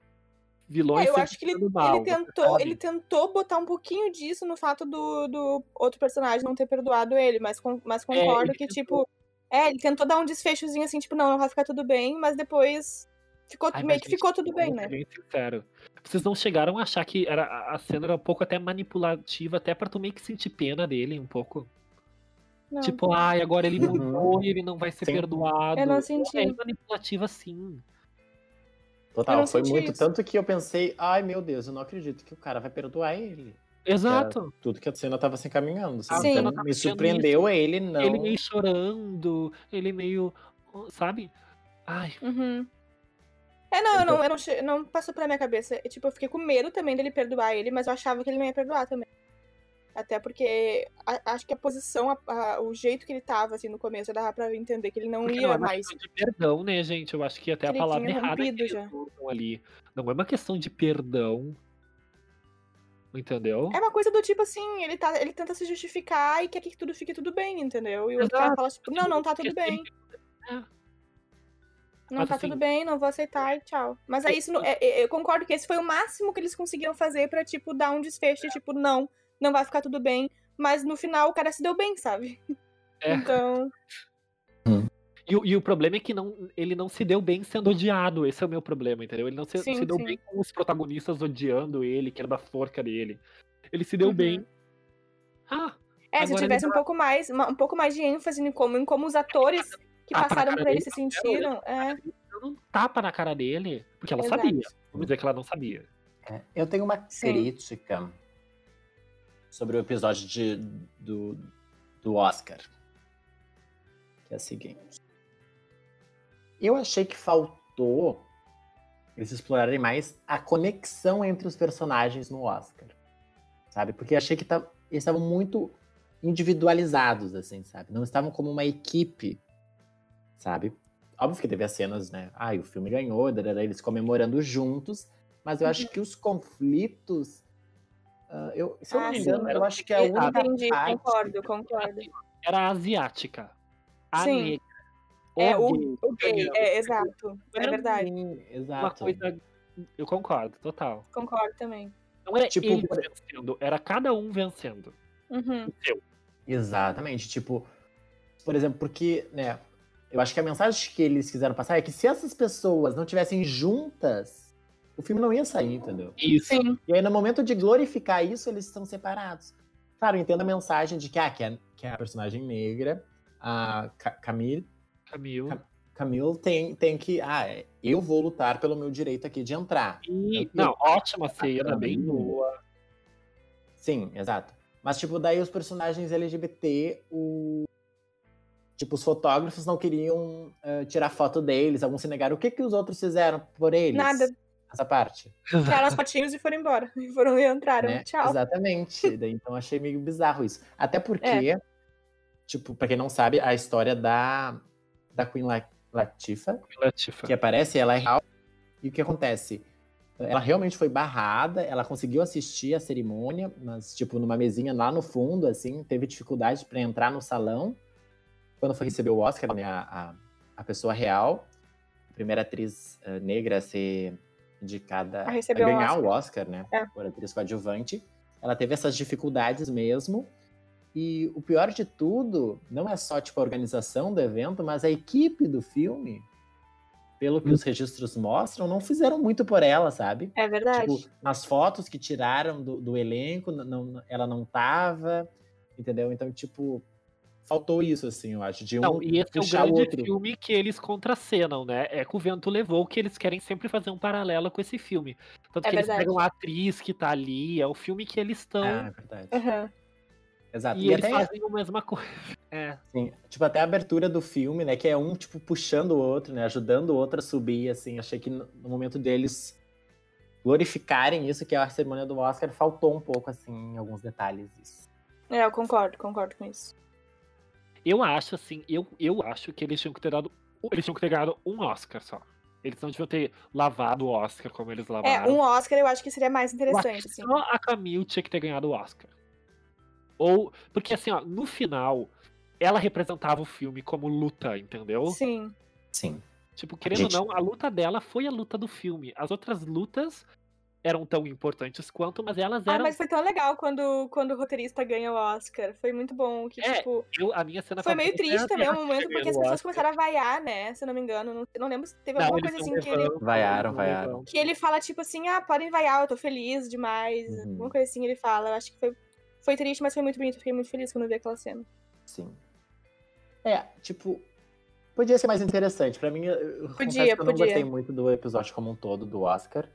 vilões
É, eu
sempre
acho que ele,
se dando mal,
ele
você
tentou,
sabe?
ele tentou botar um pouquinho disso no fato do, do outro personagem não ter perdoado ele, mas, con- mas concordo
É, ele
que,
tentou.
tipo. É, ele tentou dar um desfechozinho assim, tipo, não, não vai ficar tudo bem, mas depois ficou,
Ai,
meio
mas,
que
gente, tipo,
ficou tudo bem,
vamos ser
né?
Bem sincero. Vocês não chegaram a achar que era, a- a cena era um pouco até manipulativa, até pra tu meio que sentir pena dele um pouco?
Não.
Tipo, ai, agora ele
Uhum.
mudou e ele não vai ser
Sim.
perdoado.
Eu não senti.
É manipulativa, sim.
Eu
Total,
não
foi
senti
muito.
isso.
Tanto que eu pensei, ai meu Deus, eu não acredito que o cara vai perdoar ele.
Exato.
Tudo que a cena tava se encaminhando. sabe?
Sim.
Então, me surpreendeu ele, não.
Ele meio chorando, ele meio. Sabe? Ai,
Uhum. É, não, eu não, eu não, che- não passou pela minha cabeça. E, tipo, eu fiquei com medo também dele perdoar ele, mas eu achava que ele não ia perdoar também. Até porque a- acho que a posição, a- a- o jeito que ele tava, assim, no começo, dava pra entender que ele não
porque
ia
não é uma
mais.
questão de perdão, né, gente? Eu acho que até a
Ele
palavra
tinha
errada que
rompido
eles
já.
usam ali. Não é uma questão de perdão. Entendeu?
É uma coisa do tipo assim, ele, tá, ele tenta se justificar e quer que tudo fique tudo bem, entendeu? E o outro cara
Exato.
fala, tipo, não, não tá tudo
Porque assim,
bem.
sempre-
Não
Mas,
tá
assim, tipo
tudo bem, não vou aceitar e tchau. Mas aí isso não- é- é- eu concordo que esse foi o máximo que eles conseguiam fazer pra, tipo, dar um
É.
desfecho, tipo, não, não vai ficar tudo bem. Mas no final o cara se deu bem, sabe?
É.
<laughs> Então,
E, o- e o problema é que não, ele não se deu bem sendo odiado. Esse é o meu problema, entendeu? Ele não se,
Sim,
se deu
sim.
bem com os protagonistas odiando ele, querendo a forca dele. Ele se deu
Uhum.
bem. Ah,
é,
Agora
se
ele
tivesse um
tá-
pouco mais, uma- um pouco mais de ênfase em como, em como os atores que
Tá pra
passaram por
caralho,
ele se sentiram. É,
dando um tapa na cara dele, porque ela
Exato.
sabia. Vamos dizer que ela não sabia.
É, Eu tenho uma
Sim.
crítica sobre o episódio de- do, do Oscar. Que é a seguinte. Eu achei que faltou eles explorarem mais a conexão entre os personagens no Oscar. Sabe? Porque achei que tá- eles estavam muito individualizados, assim, sabe? Não estavam como uma equipe, sabe? Óbvio que teve as cenas, né? Ai, o filme ganhou, darará, eles comemorando juntos, mas eu acho que os conflitos. ah, eu, se eu não
Ah,
me
sim.
engano, eu acho que é a única
entendi,
parte.
concordo, concordo.
Era a asiática. A
Sim.
negra.
É, o,
gay,
o gay,
entendeu?
é, exato,
tá
é
Tipo, Era um
verdade,
Sim,
Uma
assim, exato.
coisa. Eu concordo, total.
concordo também.
Não era
Tipo,
tipo, eles
por-
vencendo, era cada um vencendo.
Uhum,
Exatamente. Tipo, por exemplo, porque, né? Eu acho que a mensagem que eles quiseram passar é que se essas pessoas não tivessem juntas, o filme não ia sair, entendeu?
Isso.
Sim,
E aí, no momento de glorificar isso, eles estão separados. Claro, eu entendo a mensagem de que, ah, que, é, que é a personagem negra, a Ca- Camille
Camil.
Camilo tem, tem que. Ah, é, eu vou lutar pelo meu direito aqui de entrar.
E,
Camil.
não, ótima cena,
Camil.
bem boa.
Sim, exato. Mas, tipo, daí os personagens LGBT, o. Tipo, os fotógrafos não queriam eh, tirar foto deles, alguns se negaram. O que, que os outros fizeram por eles?
nada,
Essa parte.
tiraram as patinhas e foram embora, <laughs> e foram e entraram,
né?
um tchau.
Exatamente. Daí, então achei meio bizarro isso. Até porque, tipo, pra quem não sabe, a história da, da Queen La- Latifah
Latifa.
que aparece, ela é real. E o que acontece? Ela realmente foi barrada, ela conseguiu assistir a cerimônia, mas, tipo, numa mesinha lá no fundo, assim, teve dificuldade para entrar no salão. quando foi receber o Oscar, né, a, a, a pessoa real, a primeira atriz eh, negra a ser indicada
A receber o
ganhar
Oscar.
o Oscar, né,
É.
por atriz coadjuvante, ela teve essas dificuldades mesmo. E o pior de tudo, não é só tipo a organização do evento, mas a equipe do filme, pelo que os registros mostram, não fizeram muito por ela, sabe?
É verdade.
Tipo, nas fotos que tiraram do, do elenco, n- não, ela não tava, entendeu? Então, tipo, faltou isso, assim, eu acho. De um
Não, e esse é o
puxar o
grande
outro.
filme que eles contracenam, né? É que o vento levou que eles querem sempre fazer um paralelo com esse filme. Tanto
É
que eles
verdade.
pegam a atriz que tá ali, é o filme que eles estão.
Ah, é verdade.
Aham.
Exato.
e
E,
eles
até,
fazem a mesma coisa. <laughs> É.
assim, tipo, até a abertura do filme, né? Que é um, tipo, puxando o outro, né? Ajudando o outro a subir, assim. Achei que no no momento deles glorificarem isso, que é a cerimônia do Oscar, faltou um pouco, assim, em alguns detalhes isso.
É, eu concordo, concordo com isso.
Eu acho, assim, eu, eu acho que eles tinham que ter dado. Eles tinham que ter ganhado um Oscar só. Eles não deviam ter lavado o Oscar como eles
É,
lavaram.
um Oscar eu acho que seria mais
Eu acho
interessante,
que
assim.
Só a Camille tinha que ter ganhado o Oscar. Ou. Porque assim, ó, no final, ela representava o filme como luta, entendeu?
Sim.
Sim.
Tipo, querendo
Gente.
ou não, a luta dela foi a luta do filme. As outras lutas eram tão importantes quanto, mas elas
Ah,
eram.
mas foi tão legal quando, quando o roteirista ganha o Oscar. Foi muito bom. Que,
É,
tipo,
eu- a minha cena
foi meio
favorita é
triste
a
também o
Beyoncé
momento, porque as
ganhando o
pessoas
Oscar.
começaram a vaiar, né? Se eu não me engano. Não, não lembro se teve
Não,
alguma
eles
coisa
não
assim que ele,
levantam,
Vaiaram,
eles não
vaiaram.
levantam.
que ele fala, tipo assim, ah, podem vaiar, eu tô feliz demais.
Uhum.
Alguma coisa assim ele fala. Eu acho que foi, foi triste, mas foi muito bonito. Fiquei muito feliz quando vi aquela cena.
Sim. É, tipo, podia ser mais interessante. Pra mim, eu- eu confesso
Podia,
que eu não
podia.
gostei muito do episódio como um todo do Oscar.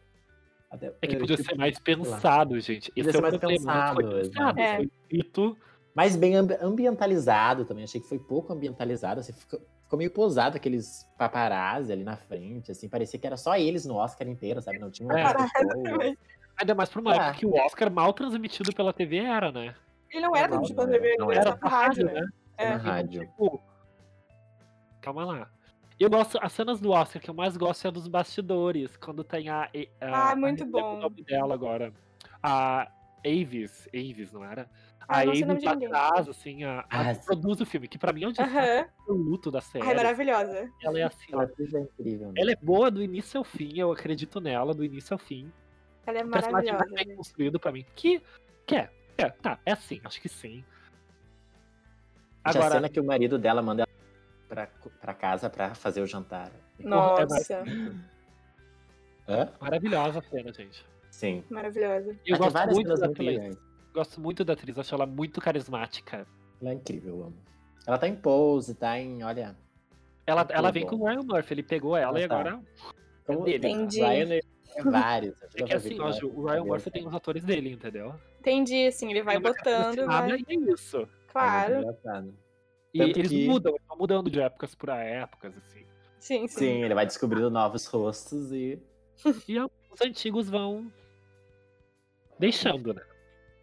Até-
É que
eu,
podia
tipo,
ser mais
lá.
pensado, gente.
Podia
Esse é
ser
o
mais
problema. não foi
pensado,
pensado,
exato. É.
foi escrito.
mais bem ambi- ambientalizado também. Achei que foi pouco ambientalizado. Assim, ficou, ficou meio pousado aqueles paparazzi ali na frente. Assim, parecia que era só eles no Oscar inteiro, sabe? Não tinha assim,
É.
outras pessoas.
<laughs> Ele
Ainda mais pra uma
É.
época que o Oscar mal transmitido pela TV era, né?
não era
Não,
do tipo
não
da TV,
era,
ele
não
era
era. Uhum.
só pro rádio, né?
Na
É.
rádio.
Tipo, calma lá. Eu gosto, as cenas do Oscar que eu mais gosto é a dos bastidores, quando tem a. e- a
Ah, muito
eu não
bom.
lembro o nome dela agora. A Avis, Avis, não era? A
Ah, não sei o nome
Avis
de
pra
ninguém.
trás, assim, a, a
Ah,
que
sim.
produz o filme, que pra mim é o destaque
Aham.
absoluto da série.
Ai, maravilhosa.
ela é assim,
Ela
ela,
atriz é incrível. né?
ela é boa do início ao fim, eu acredito nela, do início ao fim.
Ela é
O personagem mais
maravilhosa.
bem
né?
construído pra mim. Que, que é, é, tá, é assim, acho que sim.
Gente, A
Agora,
cena que o marido dela manda ela pra, co- pra casa pra fazer o jantar.
Porra, é
Nossa,
Hã?
maravilhosa a cena, gente.
Sim.
maravilhosa.
Eu
Ah, tem
gosto
várias
muito
cenas
da
muito
atriz.
legais.
Gosto muito da atriz, acho ela muito carismática.
Ela é incrível, eu amo. Ela tá em pose, tá em. Olha.
Ela,
Muito
ela vem
bom.
com o Ryan Murphy, ele pegou ela
Ah,
e
tá.
agora.
Como
É dele. né?
Entendi.
Ryan
<laughs>
é vários. É
É que assim, ó, Ju, o Ryan Murphy tem os atores dele, entendeu?
Entendi, assim, ele vai
Tem uma
botando, né?
característica
vai.
e é isso.
né?
Claro.
E
Tanto
eles
que-
mudam, eles vão mudando de épocas pra épocas, assim.
Sim, sim.
Sim, ele vai descobrindo novos rostos e.
E os antigos vão deixando, né?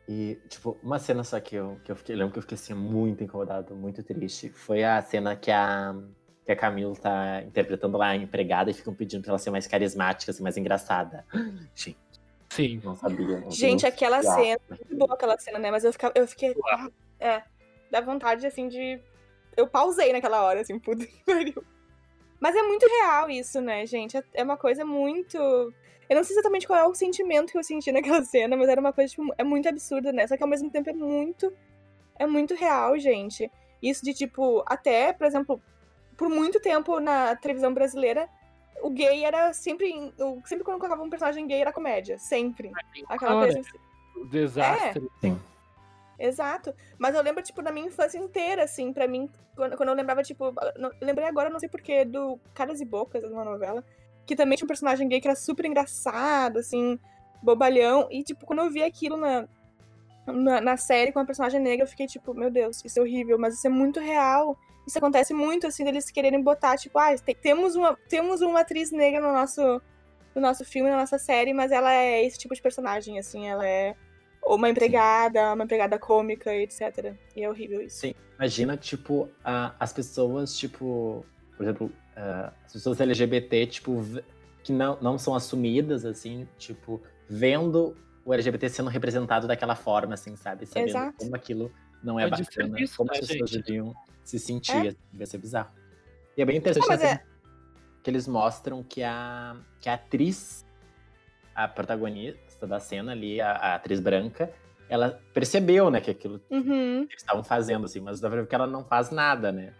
E, tipo, uma cena só que eu, que eu fiquei, lembro que eu fiquei assim, muito incomodado, muito triste. Foi a cena que a, que a Camille tá interpretando lá a empregada e ficam pedindo pra ela ser mais carismática, assim, mais engraçada. Gente,
Sim.
não sabia. não
Gente,
vi.
aquela
Ah,
cena, muito boa aquela cena, né? Mas eu, ficava, eu fiquei.
Claro.
É, dá vontade, assim, de. Eu pausei naquela hora, assim, <laughs> puta que pariu. Mas é muito real isso, né, gente? É- É uma coisa muito. Eu não sei exatamente qual é o sentimento que eu senti <laughs> naquela cena, mas era uma coisa, tipo, é muito absurda, né? Só que ao mesmo tempo é muito. É muito real, gente. Isso de, tipo, até, por exemplo, por muito tempo na televisão brasileira, o gay era sempre. em- o- Sempre quando colocava um personagem gay era comédia. Sempre. Aquela
Claro,
coisa. assim.
o desastre.
É. Exato. Mas eu lembro, tipo, da minha infância inteira, assim, pra mim, quando, quando eu lembrava, tipo, não- lembrei agora, não sei porquê, do Caras e Bocas, de uma novela, que também tinha um personagem gay que era super engraçado, assim, bobalhão. E, tipo, quando eu vi aquilo na, na, na série com a personagem negra, eu fiquei, tipo, meu Deus, isso é horrível, mas isso é muito real. Isso acontece muito, assim, deles quererem botar, tipo, ah, te- temos, uma, temos uma atriz negra no nosso, no nosso filme, na nossa série, mas ela é esse tipo de personagem, assim, ela é ou uma empregada, uma empregada cômica, etc. E é horrível isso.
Sim, imagina, tipo, a- as pessoas, tipo, por exemplo, ah, as pessoas LGBT, tipo, v- que não, não são assumidas, assim, tipo, vendo o LGBT sendo representado daquela forma, assim, sabe? Sabendo
Exato.
como aquilo não é
Mas isso é
bacana.
isso,
como
né,
as pessoas
gente?
deviam se sentir,
É.
assim, vai ser bizarro. E é bem interessante
Ah, mas
assim,
é.
que eles mostram que a, que a atriz, a protagonista da cena ali, a, a atriz branca, ela percebeu, né, que aquilo que
Uhum.
eles estavam fazendo, assim, mas dá pra ver que ela não faz nada, né?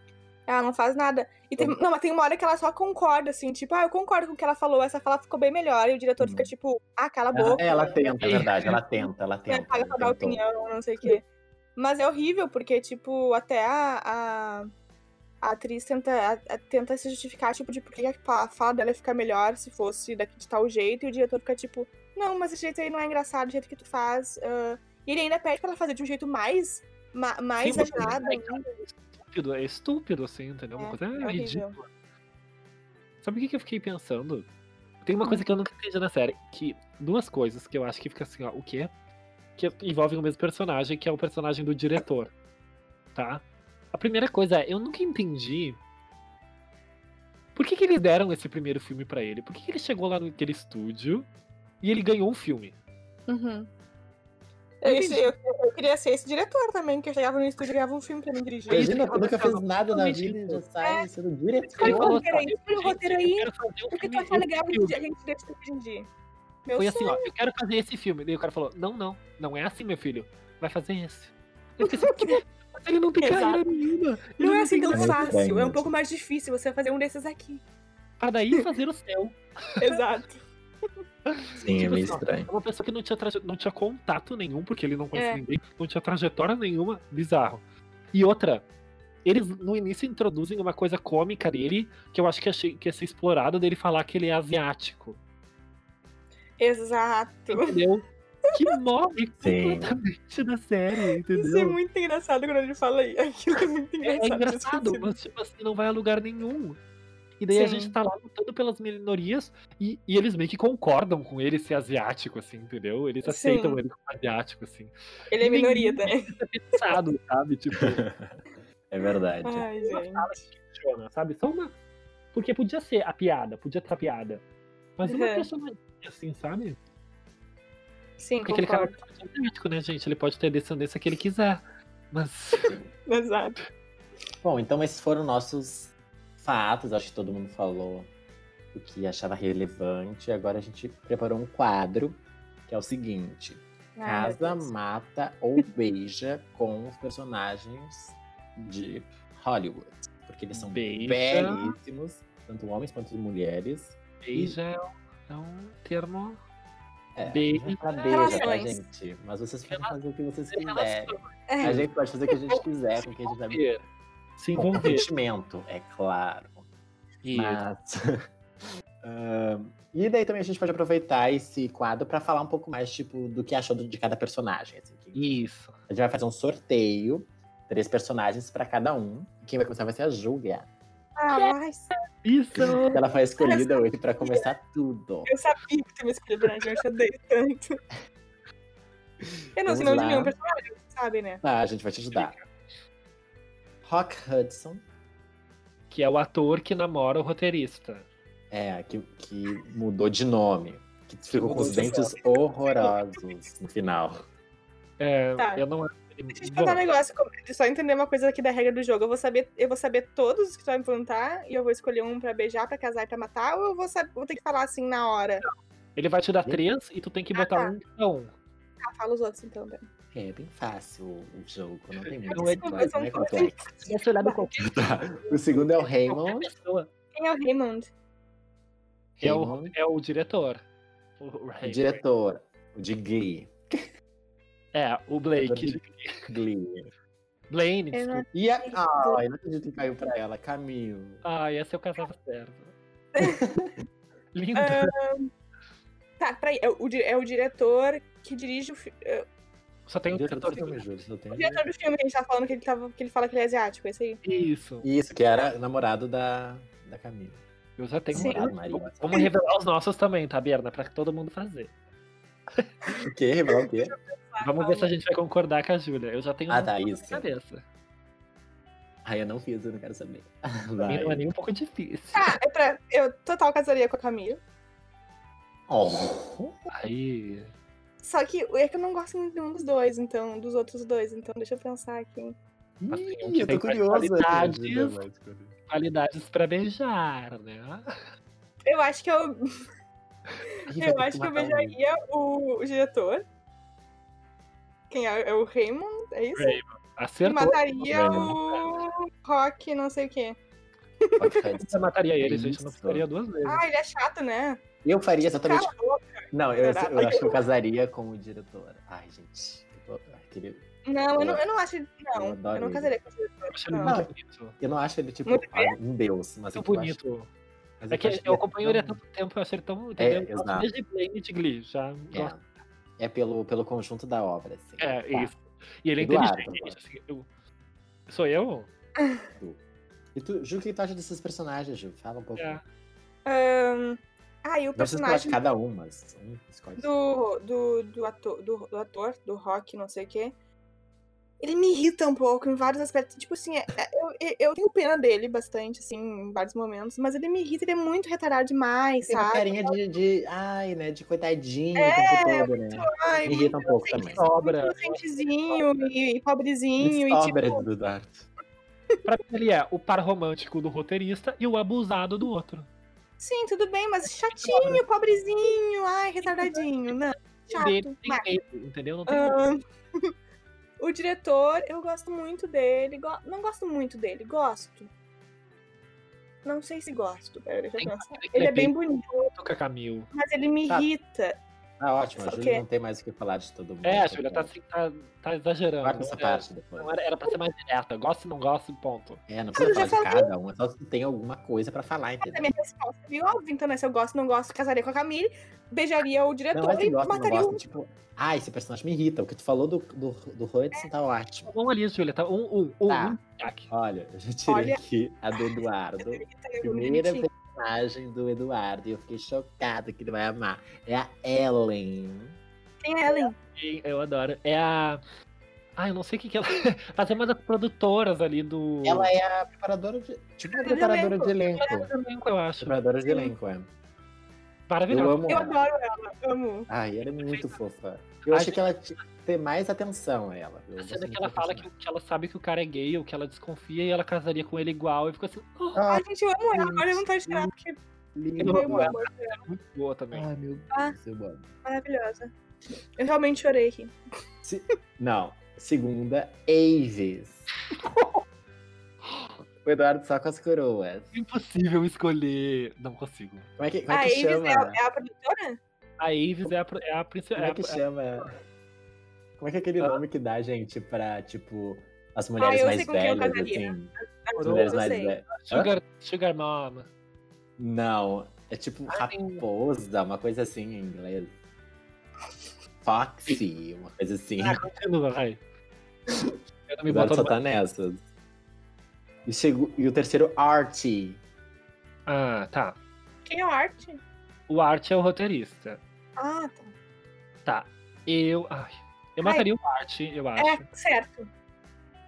Ela não faz nada. E
Então
tem- não, mas tem uma hora que ela só concorda, assim, tipo, ah, eu concordo com o que ela falou, essa fala ficou bem melhor. E o diretor fica
Uhum.
tipo, ah, cala a
Ela,
boca.
ela tenta, é
Ei.
verdade, ela tenta, ela
né,
um
tenta.
paga
ela
pra dar
tentou.
opinião, não sei o quê. Mas é horrível, porque, tipo, até a, a, a atriz tenta, a- a- tenta se justificar, tipo, de por que a fala dela fica melhor se fosse daqui de tal jeito, e o diretor fica tipo, não, mas esse jeito aí não é engraçado, o jeito que tu faz. ah." E ele ainda pede pra ela fazer de um jeito mais, ma- mais
Sim, mas-
exagerado.
é,
né?
cara, é estúpido, é estúpido, assim, entendeu? Uma
É,
coisa
é horrível.
ridícula. Sabe o que que eu fiquei pensando? Tem uma
Hum.
coisa que eu nunca entendi na série, que duas coisas que eu acho que fica assim, ó, o quê? Que envolvem o mesmo personagem, que é o personagem do diretor, tá? A primeira coisa é, eu nunca entendi por que que eles deram esse primeiro filme pra ele? Por que que ele chegou lá naquele estúdio e ele ganhou um filme?
Uhum. Esse- eu, eu queria ser esse diretor também, que eu chegava no estúdio e ganhava um filme pra me dirigir.
Imagina, é tu
Ela
nunca
tava
fez nada na
totalmente
vida e já
louca.
sai sendo
Olha
Ele
o
diretor.
falou,
roteiro aí,
sabe,
olha o
gente,
roteiro
eu
aí.
quero fazer um
Por que tu
filme-
acha legal
um filme.
a gente ter que dirigir? Meu
Foi assim,
sonho.
ó, eu quero fazer esse filme. Daí o cara falou, não, não, não é assim, meu filho. Vai fazer
<laughs>
esse. Eu fiquei assim, "Quê? Mas ele não tem
Exato.
carreira nenhuma. ele
Não é
tem
assim tão
nada."
muito
fácil,
bem,
é um
né?
pouco mais difícil você fazer um desses aqui.
Pra daí fazer o céu.
<laughs> Exato.
<laughs> Sim,
Tipo assim, ó,
estranho.
É uma pessoa que não tinha, traje- não tinha contato nenhum, porque ele não conhecia
É.
ninguém, não tinha trajetória nenhuma, bizarro. E outra, eles no início introduzem uma coisa cômica dele, que eu acho que, achei, que ia ser explorado, dele falar que ele é asiático.
Exato.
Entendeu? Que move
Sim.
completamente da série, entendeu?
Isso é muito engraçado quando ele fala aí. Aquilo é muito
É,
engraçado.
engraçado,
esqueci.
mas tipo assim, não vai a lugar nenhum. E daí a
Sim.
gente tá lá lutando pelas minorias e, e eles meio que concordam com ele ser asiático, assim, entendeu? Eles
Sim.
aceitam ele como asiático, assim.
Ele é
Ninguém-
minoria, né?
Pensado, <laughs> sabe? Tipo,
É verdade.
Ai, gente.
funciona, sabe? Só uma. Porque podia ser a piada, podia ter a piada. Mas uma
Uhum.
personagem assim, sabe?
Sim,
Porque aquele cara
concordo.
é asiático, né, gente? Ele pode ter a descendência que ele quiser.
<laughs>
Mas.
Exato.
Bom, então esses foram nossos fatos. Acho que todo mundo falou o que achava relevante. Agora a gente preparou um quadro que é o seguinte:
Ai, meu
casa,
Deus.
mata ou beija com os personagens de Hollywood, porque eles são
Beija.
belíssimos, tanto homens quanto mulheres.
Beija é um- é um termo.
É,
Beija.
não é pra beija, tá,
Relações.
gente? Mas vocês podem fazer o que vocês
Tem
quiserem.
relação,
A
É,
gente pode fazer o que a gente quiser, com quem a gente sabe.
Se
Com
envolver.
sentimento, é claro.
E-
Mas. <laughs> Ahn, e daí também a gente pode aproveitar esse quadro pra falar um pouco mais, tipo, do que achou do- de cada personagem. assim, que-
Isso.
A gente vai fazer um sorteio, três personagens pra cada um. Quem vai começar vai ser a Júlia.
ah, mas
Isso!
Ela foi a escolhida hoje pra começar tudo.
eu sabia que tu me escolheu pra gente, eu te odeio
<laughs>
tanto. Eu não
Vamos
sei o nome
lá.
de nenhum personagem, vocês sabem, né?
Ah, a gente vai te ajudar. Rock Hudson,
Que é o ator que namora o roteirista.
é, que, que mudou de nome. Que ficou com os
Mudou de
dentes horrorosos no final.
É,
Tá.
eu não acho ele
Deixa eu te
bom.
contar um negócio, como- só entender uma coisa aqui da regra do jogo. Eu vou saber, eu vou saber todos os que tu vai me plantar e eu vou escolher um pra beijar, pra casar e pra matar, ou eu vou, sab- vou ter que falar assim na hora?
Ele vai te
Hum?
dar três e tu tem que
Ah,
botar
tá.
um pra um.
Ah, fala os outros então. né?
É bem fácil o jogo, não tem muito.
Não é
não
difícil,
é
não
complexo.
Se tivesse olhado qualquer,
Tá. O segundo é o
qualquer
Raymond.
pessoa,
Quem é o Raymond?
é o,
Raymond,
é o diretor. O, o
o
Ray-
diretor. O de Glee.
É, o Blake.
Glee.
Blaine,
Eu não-
desculpa.
E a.
Ah.
Ai, não acredito que caiu pra ela. Camille.
Ai, essa eu casava é
<laughs>
certo. Linda.
Ah, tá, peraí. É o, di- é o diretor que dirige o filme.
Só tem um diretor.
Júlio, só tem
O
um
diretor do filme que a gente tá falando que ele, tava, que ele fala que ele é asiático, é isso aí?
Isso.
Isso, que era namorado da, da Camille.
Eu já tenho
Sim.
um.
Namorado, marido.
Vamos revelar os nossos também, tá, Berna? Pra todo mundo fazer.
O quê? Revelar o quê?
Ah,
Vamos
Tá,
ver se a gente vai concordar com a Júlia. Eu já tenho
Ah,
um
tá,
na
isso.
cabeça.
Ai, eu não fiz, eu não quero saber.
Pra mim não é
Vai.
nem um pouco difícil.
Tá, é pra, eu total casaria com a Camila.
Oh.
<laughs> Aí.
Só que é que eu não gosto muito de um dos dois, então, dos outros dois, então deixa eu pensar aqui.
Assim, um
Ih,
que
eu
tem
tô curiosa.
qualidades.
Ainda mais escolher.
Qualidades pra beijar, né?
Eu acho que eu,
Ih, vai ter
eu, acho que eu
matar um.
beijaria o, o diretor. Quem é? É o Raymond? É isso?
Raymond.
E
Acertou.
mataria
Raymond.
né?
o Rock, não sei o quê.
Pode ser.
Você mataria ele, gente. Não
Isso.
ficaria duas vezes.
Ah, ele é chato, né?
Eu faria exatamente.
Cala a boca.
Não, eu,
Será?
eu acho que eu casaria com o diretor. Ai, gente. Eu, tô- ai, queria-
Não, eu não, eu não acho. ele- Não,
Eu
eu,
adoro
não
ele.
casaria com o diretor.
Eu acho ele
Ah, Não.
muito bonito.
eu não acho ele, tipo,
Muito
ai, um deus. Mas
Muito
eu acho-
é? bonito.
mas
É que
acho
eu
ele
acompanho ele há
tão-
tanto tempo, eu acho ele tão. entendeu? Eu gosto
É, exato.
Desde Blaine de Glee, já gosto.
É, é pelo, pelo conjunto da obra, assim.
É,
Tá.
isso. E ele é
Eduardo,
inteligente. assim, eu- Sou eu?
E tu, Ju, o que tu acha desses personagens, Ju? Fala um pouco.
É.
Ahn, ah, e o
Não precisa falar de
personagem
cada um, mas um escolhe.
do, do, do, ator, do, do ator, do rock, não sei o quê. Ele me irrita um pouco em vários aspectos. Tipo assim, é- é- eu, eu- eu tenho pena dele bastante, assim, em vários momentos, mas ele me irrita, ele é muito retardado demais,
Tem uma
sabe?
carinha de, de- Ai, né? De coitadinho o tempo todo, né?
Ai,
Me
É, muito
irrita um pouco também.
Sobra.
inocentezinho e, e pobrezinho. E,
Sobra
tipo,
do Eduardo.
Pra mim, ele é o par romântico do roteirista e o abusado do outro.
sim, tudo bem, mas chatinho, pobrezinho, ai, retardadinho.
<laughs>
Não, chato. Ah,
Dele tem medo, entendeu? Não tem medo.
Ahn, o diretor, eu gosto muito dele. go- não gosto muito dele, gosto. Não sei se gosto. Pera, deixa eu
Tem-
pensar.
tem que
Ele é
ler
bem
bem.
bonito,
com a Camil.
mas ele me
Tá.
irrita.
Ah, ótimo. A
Só
Júlia
que-
não tem mais o que falar de todo mundo. então
É, a Júlia tá assim, tá, tá exagerando.
Guarda essa
Não era-
parte depois.
não Então era, era pra ser mais direta. Gosto, não gosto, ponto. Tá
É, não
Mas eu
precisa
já
falar de cada um, é só se tu tem alguma coisa pra falar,
A
entendeu?
minha resposta é meio óbvia. Então, né, se eu gosto, não gosto, casaria com a Camille, beijaria o
Não,
diretor
mas
e
tu gosta, não
mataria
gosta,
o.
tipo, ah, esse personagem me irrita. O que tu falou do, do, do Hudson tá ótimo.
Tá bom ali, Júlia. Tá um, um, um,
Tá.
um destaque.
Olha, eu já tirei
Olha.
aqui a do Eduardo.
Irrita, né,
Primeira
bonitinho.
personagem do Eduardo, e eu fiquei chocada que ele vai amar. É a Ellen.
Quem é Ellen?
Sim, Eu adoro. É a. Ah, eu não sei o que, que ela. <laughs> Mas é uma das produtoras ali do.
Ela é a preparadora de. Tipo, uma
Do
preparadora de elenco.
Tá
do elenco, eu acho.
Preparadora de elenco, é. Eu
Maravilhosa.
amo
Eu
ela.
adoro ela, amo.
Ai, ela é muito fofa. Eu
A
achei que ela tinha que ter mais atenção a ela. Eu
A
gosto
cena que
muito
ela
do
fala
personagem.
que, que ela sabe que o cara é gay ou que ela desconfia e ela casaria com ele igual. E ficou assim, oh,
Ah,
Ai, gente, eu amo ela. Agora eu não tô tirar, porque
lindo.
eu
Eu amo
amo ela.
é muito boa também.
Ai, meu
Ah.
Deus, eu amo.
Maravilhosa. Eu realmente chorei aqui.
Não. Segunda,
<laughs>
Aves. o Eduardo só com as coroas.
Impossível escolher. Não consigo.
Como é que, como
A
é que
Avis
chama?
é, a- é a produtora?
A Avis é a, pro- é a principal.
Como
É
é
a-
que chama? Como é que é aquele
Ah.
nome que dá, gente, pra, tipo, as mulheres
Ah, eu
mais
sei com quem eu
velhas,
casaria.
assim?
um Eu
As
Coroa,
mulheres
não
mais
sei.
velhas.
é Sugar, Sugar Mom.
Não, é tipo
Ah, tem um-
raposa, uma coisa assim em inglês. Foxy, uma coisa assim.
Ah, continua, vai. Eu não me
Agora
boto
só
no...
tá nessas. E, segu- e o terceiro, Artie.
Ah, tá.
Quem é o Art?
O Art é o roteirista.
Ah, tá.
Tá. Eu. Ai. Eu
Ai.
mataria o Art, eu acho.
É, certo.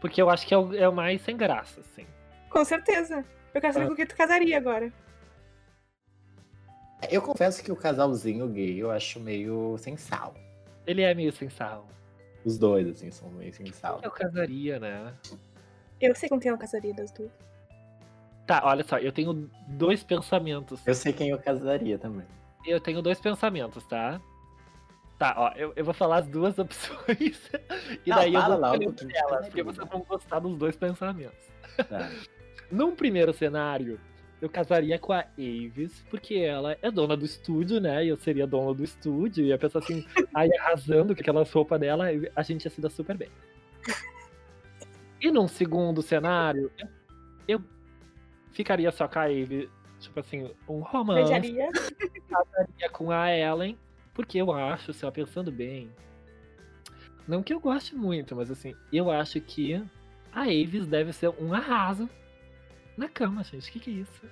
Porque eu acho que é o, é o mais sem graça, assim.
Com certeza. Eu quero saber
Ah.
com quem tu casaria agora.
Eu confesso que o casalzinho gay eu acho meio sem sal.
Ele é meio sem sal.
Os dois, assim, são meio sem sal.
Eu casaria, né?
Eu sei com quem eu casaria das duas.
Tá, olha só, eu tenho dois pensamentos.
Eu sei quem eu casaria também.
Eu tenho dois pensamentos, tá? Tá, ó, eu, eu vou falar as duas <laughs> opções. e
Não,
daí eu
fala
vou
lá,
escolher
o
uma
que que
delas,
você
porque
lembra.
vocês vão gostar dos dois pensamentos.
Tá.
Num primeiro cenário, eu casaria com a Avis, porque ela é dona do estúdio, né? E eu seria dona do estúdio. E a pessoa assim, aí arrasando com aquelas roupas dela, a gente ia se dar super bem. E num segundo cenário, eu- eu ficaria só com a Avis, tipo assim, um romance
Beijaria.
<laughs> casaria é com a Ellen, porque eu acho, se ela pensando bem. Não que eu goste muito, mas assim, eu acho que a Avis deve ser um arraso na cama, gente. O que, que é isso?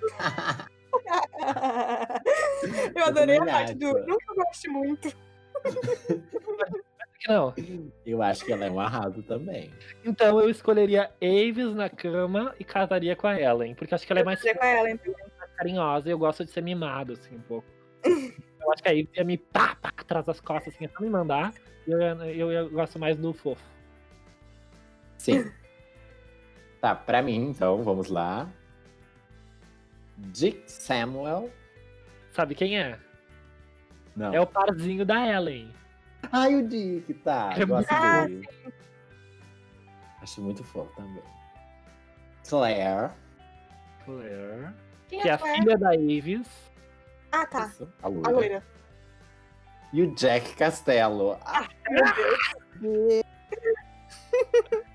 eu adorei a
Também
parte do.
acho.
Nunca gosto muito.
Que Não.
Eu acho que ela é um arraso também.
Então eu escolheria Avis na cama e casaria com a Ellen, porque acho que ela é mais
Eu casaria com ela, então.
carinhosa e eu gosto de ser mimado, assim, um pouco. <laughs> Então, Eu acho que aí ia me pá, pá, atrás das costas, assim, ia só me mandar. E eu, eu, eu gosto mais do fofo.
Sim. tá, pra mim, então, vamos lá. Dick Samuel.
Sabe quem é?
Não.
É o parzinho da Ellen.
Ai, o Dick, tá.
É
gosto
muito-
dele. Acho muito fofo também. Claire.
Claire.
Quem
Que é a
Claire?
filha da Avis.
Ah, tá.
Isso, a
A
loira.
loira.
E o Jack Castelo. Ah, meu Deus.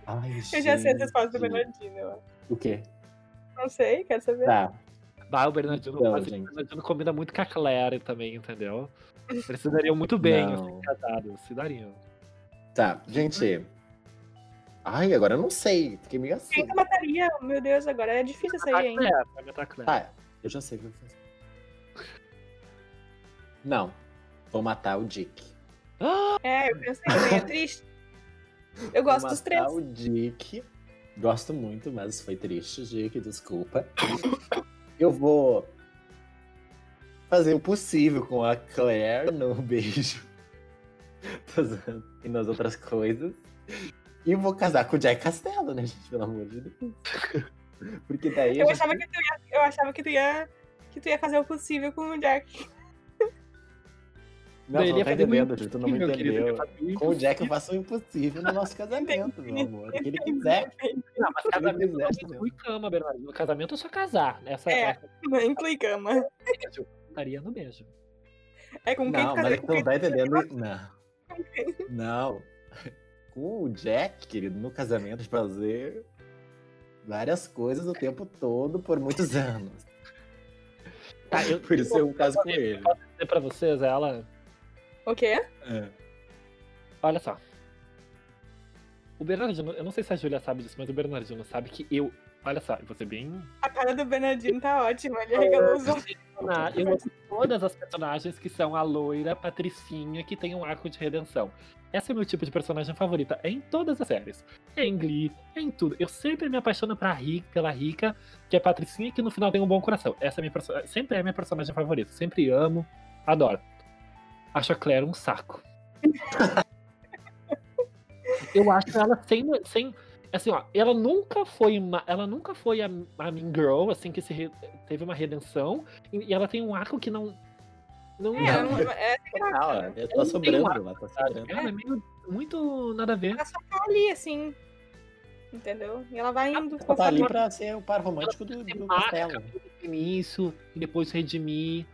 Ai,
Eu já sei a
gente.
resposta do Bernardino. eu acho.
O quê?
Não sei, quero saber.
Tá.
Bah, o Bernardino,
Não,
mas o
Então, gente.
Bernardino combina muito com a Claire também, <laughs> entendeu? Eles se dariam muito bem,
Não.
assim, casados. Se dariam.
Tá, gente. Ai, agora eu não sei. Fiquei meio assim.
Quem que eu mataria? Meu Deus, agora é difícil
Tá
sair, hein?
Claire, vai matar a Claire.
Tá, eu já sei o que eu vou fazer. Não. Vou matar o Dick.
É, eu pensei também, é triste. Eu gosto
Vou
dos três.
matar o Dick. Gosto muito, mas foi triste, Dick, desculpa. Eu vou fazer o possível com a Claire no <laughs> beijo e nas outras coisas. E vou casar com o Jack Castelo, né, gente? Pelo amor de Deus. Porque daí. a
Eu
gente-
achava que tu ia, eu achava que tu ia, que tu ia fazer o possível com o Jack.
Não, você
Ele
não
ia
tá
fazer o
entendendo, gente. Tu não me
impossível, querido, ele ia
entendeu.
fazer o
Com o Jack eu faço o impossível no nosso casamento, meu amor. O que ele quiser.
Não, mas casamento não
Exato.
inclui cama, Bernardino. No casamento é só casar. Essa
É.
é
Não inclui cama.
a estaria no beijo.
É com quem
Não,
tu casa-
mas
com
tu não
quem
tá entendendo. Não. Não. Com o Jack, querido, no casamento, fazer várias coisas o tempo todo por muitos anos.
Tá, eu-
Por isso eu caso com ele.
Posso dizer pra vocês, ela.
O quê?
É.
Olha só. O Bernardino, eu não sei se a Júlia sabe disso, mas o Bernardino sabe que eu. Olha só, eu vou ser bem.
A cara do Bernardino tá ótima, ele arregalou os olhos.
Ah, Eu amo todas as personagens que são a loira, patricinha, que tem um arco de redenção. Esse é o meu tipo de personagem favorita em todas as séries. Em Glee, em tudo. Eu sempre me apaixono pra rica, pela rica, que é patricinha e que no final tem um bom coração. Essa é minha perso- sempre é a minha personagem favorita. Sempre amo, adoro. Acho a Claire um saco. Eu acho ela sem, sem assim, ó, ela nunca foi ma- ela nunca foi a, a Mean Girl, assim que se re- teve uma redenção e, e ela tem um arco que não não
É,
ela
não- é,
Não, Tá, eu
Eu
tô
não tenho
sobrando
ar-
lá, tá sobrando.
é meio muito nada a ver.
ela só tá ali, assim. Entendeu? E ela vai indo.
Ela
Ela tá ali
conforme-
pra ser o par romântico do, do Castelo.
início e depois redimir.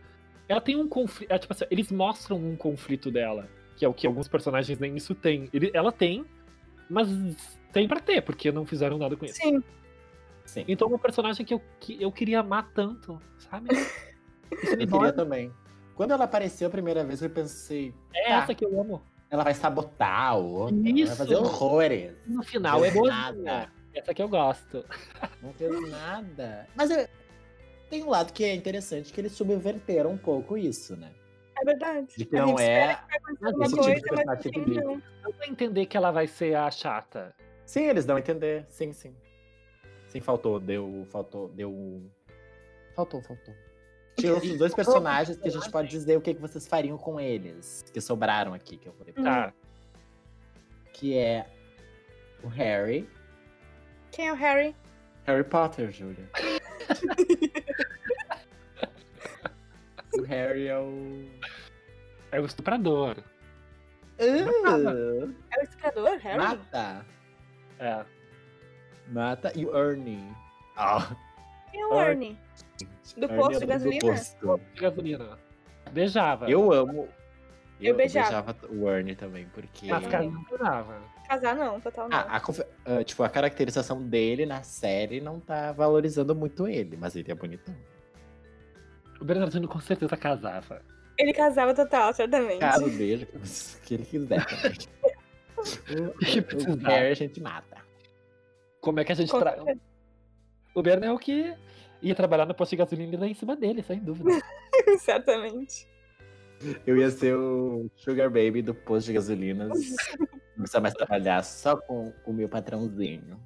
Ela tem um conflito. tipo assim, eles mostram um conflito dela, que é o que alguns personagens nem isso tem. Ele- ela tem, mas tem pra ter, porque não fizeram nada com isso.
Sim,
Sim.
Então é um personagem que eu, que eu queria amar tanto,
<laughs>
sabe? Isso me
Eu
dói.
queria também. Quando ela apareceu a primeira vez, eu pensei,
É essa que eu amo.
ela vai sabotar o outro, ela
Isso.
vai fazer horrores.
No final é
Não fez
boa.
nada.
Essa que eu gosto.
Não fez nada. Mas eu- tem um lado que é interessante que eles subverteram um pouco isso, né?
é verdade.
De que
A
não
gente
é
espera que vai acontecer
Mas
alguma
esse
tipo de
coisa, mas
personagem
assim,
que brilha.
não.
Eu vou entender que ela vai ser a chata.
Sim, eles dão a entender. Sim, sim. Sim, faltou, deu, faltou, deu. Faltou, faltou. é Tinha outros dois personagens que a gente pode dizer o que que vocês fariam com eles, que sobraram aqui, que eu vou depois.
Tá.
Que é o Harry.
Quem é o Harry?
Harry
<laughs>
Potter, Júlia. o Harry é o.
É o estuprador.
Ah,
É o estuprador, Harry?
mata!
É.
Mata e o Ernie. Ah,
Quem é o Ernie? Do
Ernie
posto
é
de
do
gasolina?
posto.
De gasolina. Beijava.
Eu amo.
Eu beijava.
beijava o Ernie também, porque.
Mas
É.
cara não beijava.
Casar não, total não.
Ah, a, confe- ah, tipo, a caracterização dele na série não tá valorizando muito ele, mas ele é bonitão.
O Bernardino com certeza casava.
Ele casava total, certamente.
Caso dele, <laughs> o que
<laughs>
ele quiser. o,
que
o, o
precisar.
Harry a gente mata.
Como é que a gente
Com
tra...
<laughs>
O Bern é o que ia trabalhar no posto de gasolina e dar em cima dele, sem dúvida.
<laughs> certamente.
Eu ia ser o Sugar Baby do posto de gasolinas.
<laughs>
Não precisa mais trabalhar só com o meu patrãozinho.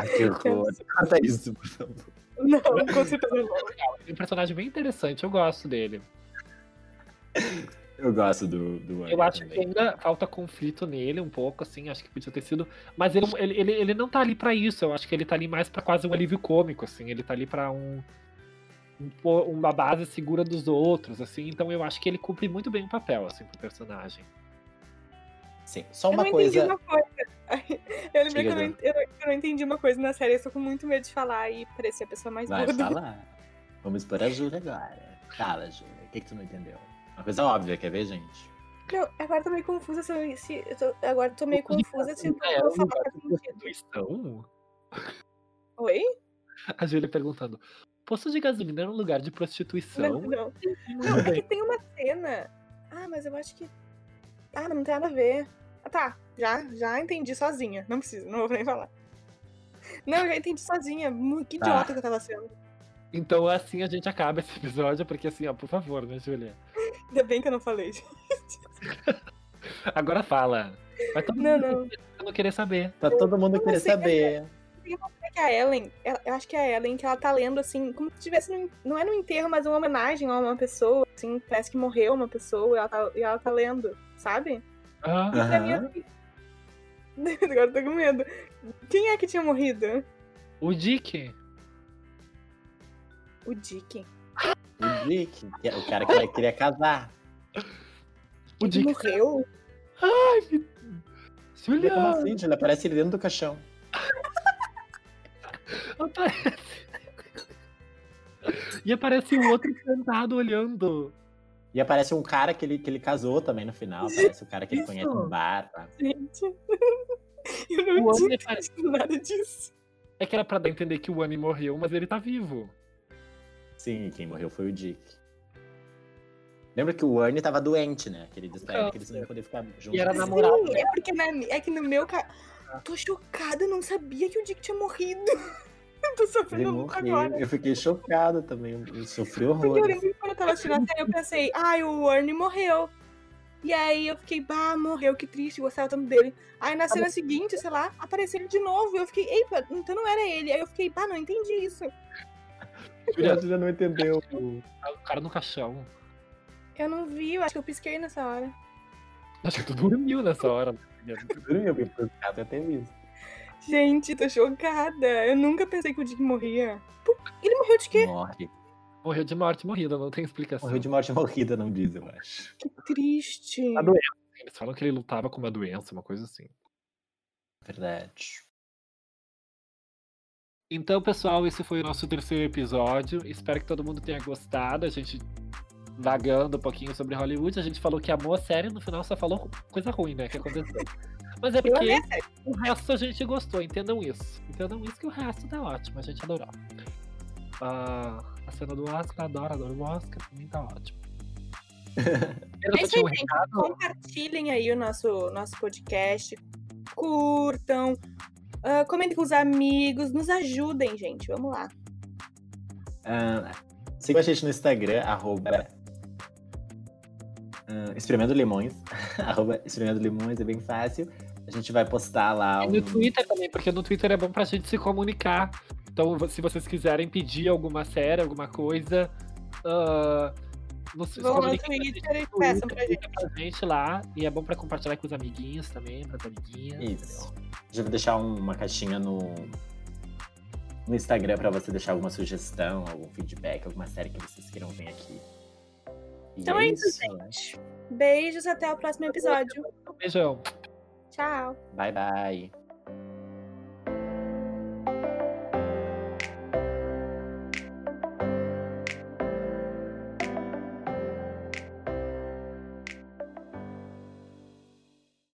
Ai, que horror. <laughs> Corta isso, por favor.
Não, com certeza não.
É um personagem bem interessante, eu gosto dele.
Eu gosto do, do
Eu
Anya
acho que
também.
ainda falta conflito nele um pouco, assim, acho que podia ter sido. Mas ele, ele, ele, ele não tá ali pra isso, eu acho que ele tá ali mais pra quase um alívio cômico, assim, ele tá ali pra um, um po- uma base segura dos outros, assim, então eu acho que ele cumpre muito bem o papel, assim, pro personagem.
Sim, só
eu
uma
não
coisa.
entendi uma coisa. <laughs> Eu lembrei que eu
Diga,
não,
Dani.
en- eu, não- eu não entendi uma coisa na série, eu estou com muito medo de falar e parecer a pessoa mais
Vai
burra do
falar. Vamos expor a Júlia agora. Fala, Júlia. O que, que tu não entendeu? Uma coisa óbvia, quer ver, gente?
Não, agora eu tô meio confusa se eu. Se, eu tô- agora eu tô meio confusa se eu
É,
vou
um
falar
lugar
faz
de
sentido.
prostituição?
Oi?
<laughs> A Júlia perguntando. Posto de gasolina era um lugar de
Não,
prostituição?
não.
Não,
Não, é que tem uma cena. Ah, mas eu acho que. Ah, não tem nada a ver. Ah, tá. Já, já entendi sozinha. Não preciso, não vou nem falar. Não, eu já entendi sozinha. Mu- Que
Tá.
idiota que eu tava sendo.
<laughs> Então assim a gente acaba esse episódio, porque assim, ó, por favor, né, Júlia?
Ainda bem que eu não falei.
Agora fala. Vai todo
Não,
mundo
não.
não querer saber.
Tá todo mundo
eu não
querendo
sei,
saber.
É que a Ellen, ela- eu acho que é a Ellen, que ela tá lendo assim, como se tivesse, num- não é no enterro, mas uma homenagem a uma pessoa, assim, parece que morreu uma pessoa e ela tá, e ela tá lendo, sabe?
É.
Ah,
Pra mim,
Aham.
eu- <laughs> Agora eu tô com medo. Quem é que tinha morrido?
o Dick.
O Dick.
O Dick, que é o cara que ela queria casar.
O Dick. né?
morreu?
Ai, me...
Ele como
Julia,
assim, Júlia? Parece ele dentro do caixão.
aparece.
é
<laughs> E aparece o outro sentado olhando.
E aparece um cara que ele, que ele casou também no final. Parece o cara que ele
Isso.
conhece no bar. Tá?
Gente. <laughs> Eu não
O homem
entendi <laughs> nada disso.
É que era pra dar a entender que o Annie morreu, mas ele tá vivo.
Sim, quem morreu foi o Dick. Lembra que o Ernie tava doente, né? Que ele disse pra ela que eles não iam poder ficar juntos.
era
Sim.
Tá namorado. né? Ah. Namorada,
Sim, é porque na mi- é que no meu ca... Tô chocada, eu não sabia que o Dick tinha morrido. <laughs> Eu tô
Ele
sofrendo muito agora.
morreu. Eu fiquei chocada também. Eu sofri
Porque eu
horror.
lembro que quando eu tava assistindo a série, eu pensei, ai, o Ernie morreu. E aí eu fiquei, bah, morreu, que triste, gostava tanto dele. Aí na cena seguinte, sei lá, apareceu ele de novo. E eu fiquei, eita, então não era ele. Aí eu fiquei, bah, não entendi isso.
Julia,
já não entendeu.
tá o cara no caixão.
Eu não vi, eu acho que eu pisquei nessa hora.
Acho que tu dormiu nessa hora. né?
Eu até visto.
Gente, tô chocada. Eu nunca pensei que o Dick morria. Pô, Ele morreu de quê?
Morre.
Morreu de morte morrida, não tem explicação.
Morreu de morte morrida, não diz, eu acho.
Que triste.
Tá doendo. Eles falam que ele lutava com uma doença, uma coisa assim.
Verdade.
Então, pessoal, esse foi o nosso terceiro episódio. Espero que todo mundo tenha gostado. A gente vagando um pouquinho sobre Hollywood. A gente falou que amou a série, no final só falou coisa ruim, né? Que
<laughs>
aconteceu. Mas é
Eu amei
porque
a série.
o resto a gente gostou, entendam isso. Entendam isso que o resto tá ótimo, a gente adorou. Ah, a cena do Oscar, adoro, adoro o Oscar, também tá ótimo. Eu
É
não
isso aí,
tinha um
gente.
recado.
Compartilhem aí o nosso, nosso podcast. Curtam. ah, comentem com os amigos. Nos ajudem, gente. Vamos lá.
Ah, siga a gente no Instagram, arroba. ah, Experimento Limões. <laughs> arroba Experimento Limões, é bem fácil. A gente vai postar
É
lá.
E
um-
no Twitter também, porque no Twitter é bom pra gente se comunicar. Então, vo- se vocês quiserem pedir alguma série, alguma coisa, ah, vocês
Vão lá no
comuniquem com a
Twitter e
gente no
peçam pra
Twitter, pra gente lá. E é bom pra compartilhar com os amiguinhos também, pras amiguinhas.
Isso. Já vou deixar um, uma caixinha no, no Instagram pra você deixar alguma sugestão, algum feedback, alguma série que vocês queiram ver aqui. E
Então é isso,
né?
Beijos, até o próximo episódio.
Então, beijão.
Tchau.
Bye, bye.